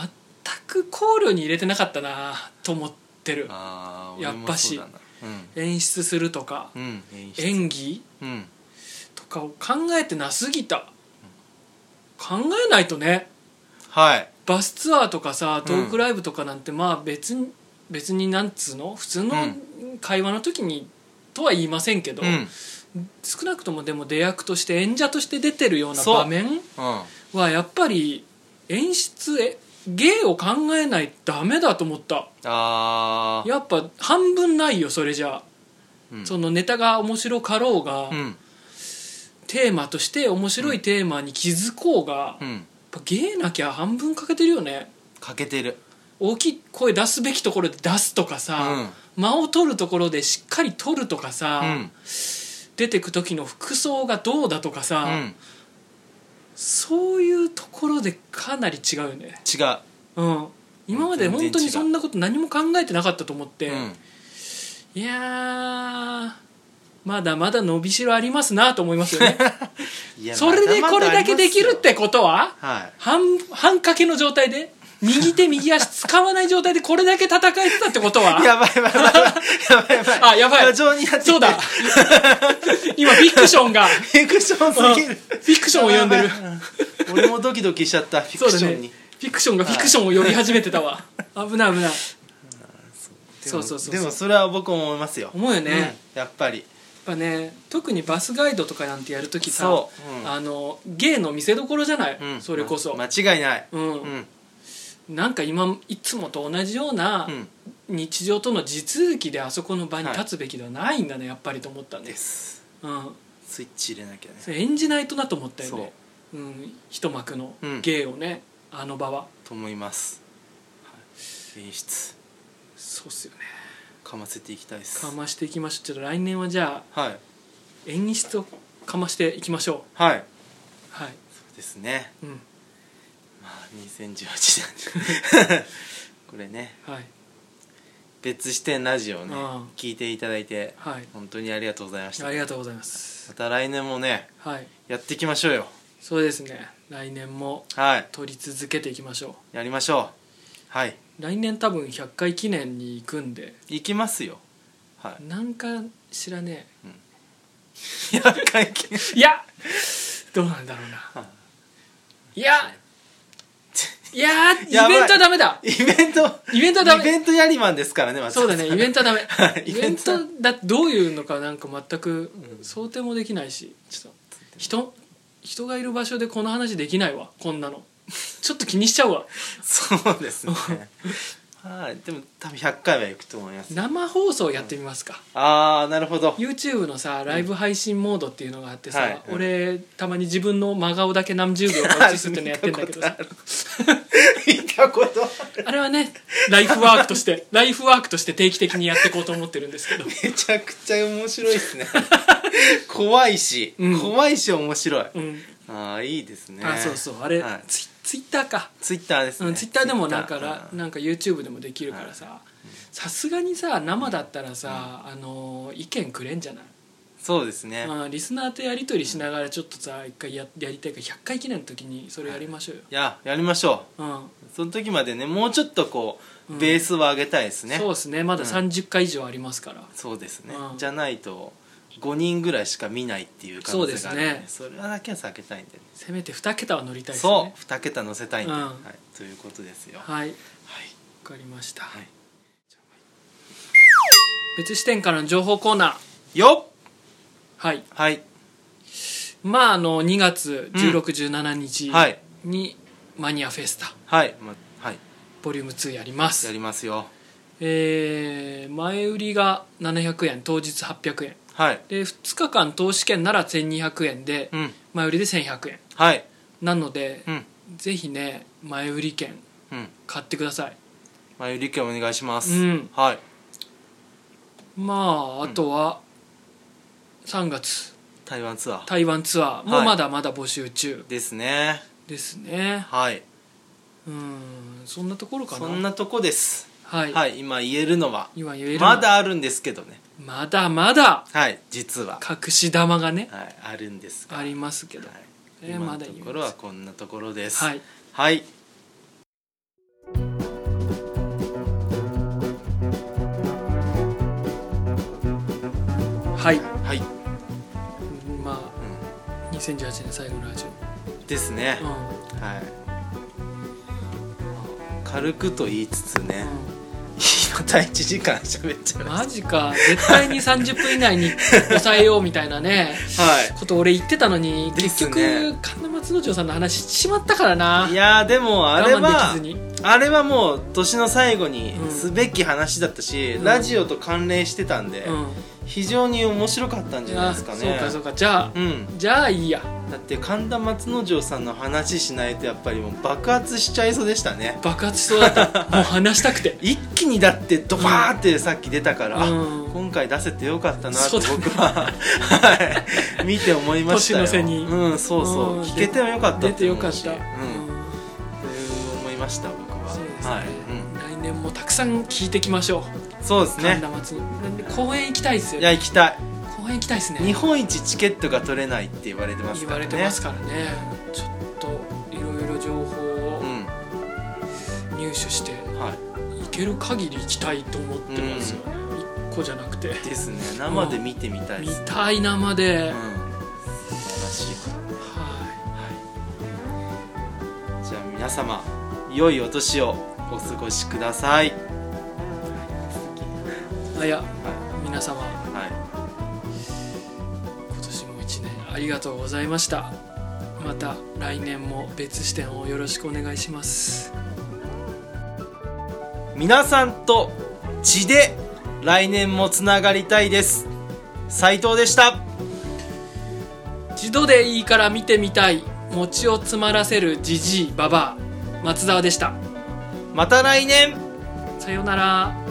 A: く考慮に入れてなかったなと思ってる
B: あー
A: やっぱし
B: 俺もそうだな
A: 演出するとか、
B: うん、うん、演出
A: 演技
B: うん
A: とかを考えてなすぎた考えないとね
B: はい
A: バスツアーとかさトークライブとかなんてまあ別に別になんつうの普通の会話の時にとは言いませんけど、
B: うん
A: 少なくともでも出役として演者として出てるような
B: そう
A: 場面
B: うん
A: はやっぱり演出え芸を考えないとダメだと思った
B: ああ、
A: やっぱ半分ないよそれじゃあ、
B: うん
A: そのネタが面白かろうが、
B: うん
A: テーマとして面白いテーマに気づこうが、
B: う
A: やっ
B: ん
A: ぱ芸なきゃ半分欠けてるよね
B: 欠けてる
A: 大きい声出すべきところで出すとかさ、間を取るところでしっかり取るとかさ、
B: うん
A: 出てく時の服装がどうだとかさ、
B: うん
A: そういうところでかなり違うよね
B: 違う
A: うん今まで本当に
B: 全然違う
A: そんなこと何も考えてなかったと思って、
B: うん
A: いやーまだまだ伸びしろありますなと思いますよね
B: *laughs* いや
A: *laughs* それで
B: ま
A: こ
B: ま
A: れだけできるっ
B: あ
A: てことは
B: りますよはい
A: 半半掛けの状態で右手右足使わない状態でこれだけ戦えてたってことは
B: *laughs* やばいやばいやばいやばいやばい
A: あやばい
B: 過剰になってきて
A: そうだ今フィクションが
B: フィクション
A: うん
B: すぎ
A: フ
B: る
A: ィクションを読んでる
B: やばいうん俺もドキドキしちゃったフィ
A: そ
B: ク
A: うだ
B: シ
A: ね
B: ョンに
A: フィクションがフィクションを読み始めてたわ危ない危ない
B: で
A: そ
B: も
A: うそうそう
B: で
A: そう
B: もそれは僕も思いますよ
A: 思うよね、やっ
B: うんやっぱり
A: ぱね特にバスガイドとかなんてやるときさ、
B: そううん
A: あの芸の見せどころじゃない、
B: うん
A: それこそ、
B: 間違いない
A: うん
B: うん
A: なんか今いつもと同じような
B: うん
A: 日常との地続きであそこの場に立つべきではないんだね、やっぱりと思ったん
B: で
A: です、
B: す
A: うん、
B: スイッチ入れなきゃね
A: それ演じないとなと思ったよ
B: そう
A: ねうん、一幕の
B: うん
A: 芸をね、あの場は
B: と思いますはい演出
A: そうっすよね
B: かませていきたいです
A: かましていきましょうちょっと来年はじゃあ
B: はい
A: 演出をかましていきましょ
B: はい
A: うはい、
B: そうですね
A: うん
B: まあ2018年 *laughs* これね
A: はい、
B: 別視点ラジオをね
A: うん
B: 聞いていただいて
A: はい、
B: 本当にありがとうございました
A: あ
B: ま
A: りがとうございます
B: た来年もね
A: はい
B: やっていきましょうよ
A: そうですね来年も
B: はい
A: 撮り続けていきましょ
B: やりましょうはいう
A: 来年多分100回記念に行くんで
B: 行きますよは
A: なんか知らね *laughs*
B: い100回記念
A: えいやどうなんだろうな
B: はい
A: や *laughs* いやー
B: やば
A: イ
B: い
A: ベントはダメだ
B: イベント
A: イベントはダ
B: イ
A: メ
B: ベントやりマンですからね
A: そうだね *laughs* イベン
B: ト
A: トはダメ
B: はい
A: イベント
B: イベ
A: だどういうのかなんか全く想定もできないしちょっと人人がいる場所でこの話できないわこんなのちょっと気にしちゃうわ
B: *laughs* そうで
A: *laughs*
B: すねはいでも多分100回は行くと思います
A: 生放送やってみますか
B: ああなるほど
A: YouTube のさライブ配信モードっていうのがあってさ、
B: はいうん
A: 俺たまに自分の真顔だけ何十秒か映すっていうのやってんだけど
B: *laughs*
A: さ
B: 見たことある
A: あれはねライフワークと
B: *laughs*
A: してライフワークとして定期的にやっていこうと思ってるんですけど
B: めちゃくちゃ面白いで
A: *laughs*
B: すね怖いし、
A: うん
B: 怖いし面白い、
A: うん、
B: ああいいですね
A: あそうそうあれ、
B: はい
A: ツイツイッターか、
B: ツイッターです
A: う
B: ね、
A: ん、ツイッターでもなんか
B: Twitter
A: らなんか YouTube でもできるからささすがにさ生だったらさ、あのー意見くれんじゃない、
B: そうですね、い
A: まあ、リスナーとやり取りしながらちょっとさ一回ややりたいから100回記念の時にそれやりましょうよ、
B: ややりましょ
A: うん
B: うその時までねもうちょっとこう、
A: うん
B: ベースを上げたいですね
A: そうですねまだ
B: うん
A: 30回以上ありますから、
B: そうですね、
A: うん
B: じゃないと5人ぐらいしか見ないっていう可能性があるん
A: そうです
B: それはだけは避けたいんでね
A: せめて2桁は乗りたいです
B: そ
A: ね
B: う2桁乗せたいんで、
A: うん
B: はい、ということですよは
A: は
B: い、
A: いわかりました、
B: はい
A: 別視点からの情報コーナー
B: よっ
A: はい
B: はい
A: まああの2月
B: うん
A: 1617日に、
B: はい
A: マニアフェスタ
B: はい、ま、はい
A: ボリューム2やりま
B: や
A: す
B: りますよ
A: えー前売りが700円当日800円
B: はい
A: で2日間投資券なら1200円で、
B: うん
A: 前売りで1100円
B: はい
A: なので、
B: うん
A: ぜひね前売り券
B: うん
A: 買ってください
B: まゆり券お願いします、
A: うん
B: はい
A: まああとは3月
B: 台湾ツアー
A: 台湾ツアーも
B: はい
A: まだまだ募集中
B: ですね
A: ですね、
B: はい
A: うんそんなところかな
B: そんなとこです
A: はい、
B: はい今言えるのは
A: 今言えるのは
B: まだあるんですけどね
A: まだまだ
B: はい実は、
A: 隠し玉がね
B: はい、あるんですが
A: ありますけど
B: はい
A: えー
B: 今
A: ま
B: の
A: だ
B: と
A: 言え
B: ころはこんなところです
A: はい
B: はい
A: はい
B: はい、
A: まあ2018年最後のラジ
B: うんですね
A: オ、う、ん
B: はい軽くと言いつつね、 *laughs* また1時間喋っちゃい
A: うん
B: ま
A: マジか絶対に30分以内に抑えようみたいな
B: *laughs*
A: ね
B: すは
A: こと俺言ってたのに
B: で
A: 結
B: す
A: 局、
B: ね
A: 神田松之丞さんの話しちまったからない
B: いやーでもあれ
A: 我慢
B: は
A: できずに
B: あれはもう年の最後に
A: うん
B: すべき話だったし、
A: うん
B: ラジオと関連してたんで、
A: う
B: 非常に面白かったん
A: ん
B: じゃないですかね
A: そうかそうかじゃあ
B: うん
A: じゃあいいや
B: だって神田松之丞さんの話しないとやっぱりもう爆発しちゃいそうでしたね
A: 爆発しそうだ
B: *laughs*
A: ったもう話したくて
B: 一気にだってドバーってさっき出たから、
A: うん
B: あ今回出せてよかったな
A: そ
B: と
A: うだね
B: 僕は、はい見て思いましたよ
A: 年の瀬に
B: うんそうそう、
A: うん
B: 聞けてもよかっ
A: 出
B: たて
A: て
B: 思
A: よ
B: う
A: かっ、
B: したうん
A: うん
B: そう思いました僕は
A: そうですね、
B: はい、うん、
A: 来年もたくさん聞いてきましょう
B: そうです
A: 神
B: ね
A: 田松なんで公園行きたいです
B: い
A: よ
B: や行きたい
A: 公園行きたいですね
B: 日本一チケットが取れないって言われてます
A: 言
B: か
A: わ
B: らね
A: れてますからねちょっといろいろ情報を
B: うん
A: 入手して、
B: は
A: 行ける限り行きたいと思ってますよね、1個じゃなくて
B: いですね生で見てみたい
A: 見
B: です、
A: たい生で、
B: うん
A: は
B: 素晴らしい
A: い
B: はいじゃあ皆様良いお年をお過ごしください
A: あいや
B: は
A: 皆様
B: い、はい
A: 今年も1年ありがとうございましたまた来年も別視点をよろしくお願いします
B: 皆さんと血で来年もつながりたいです斉藤でした
A: 一度でいいから見てみたい餅を詰まらせるじじいばばあ松沢でした
B: また来年
A: さようなら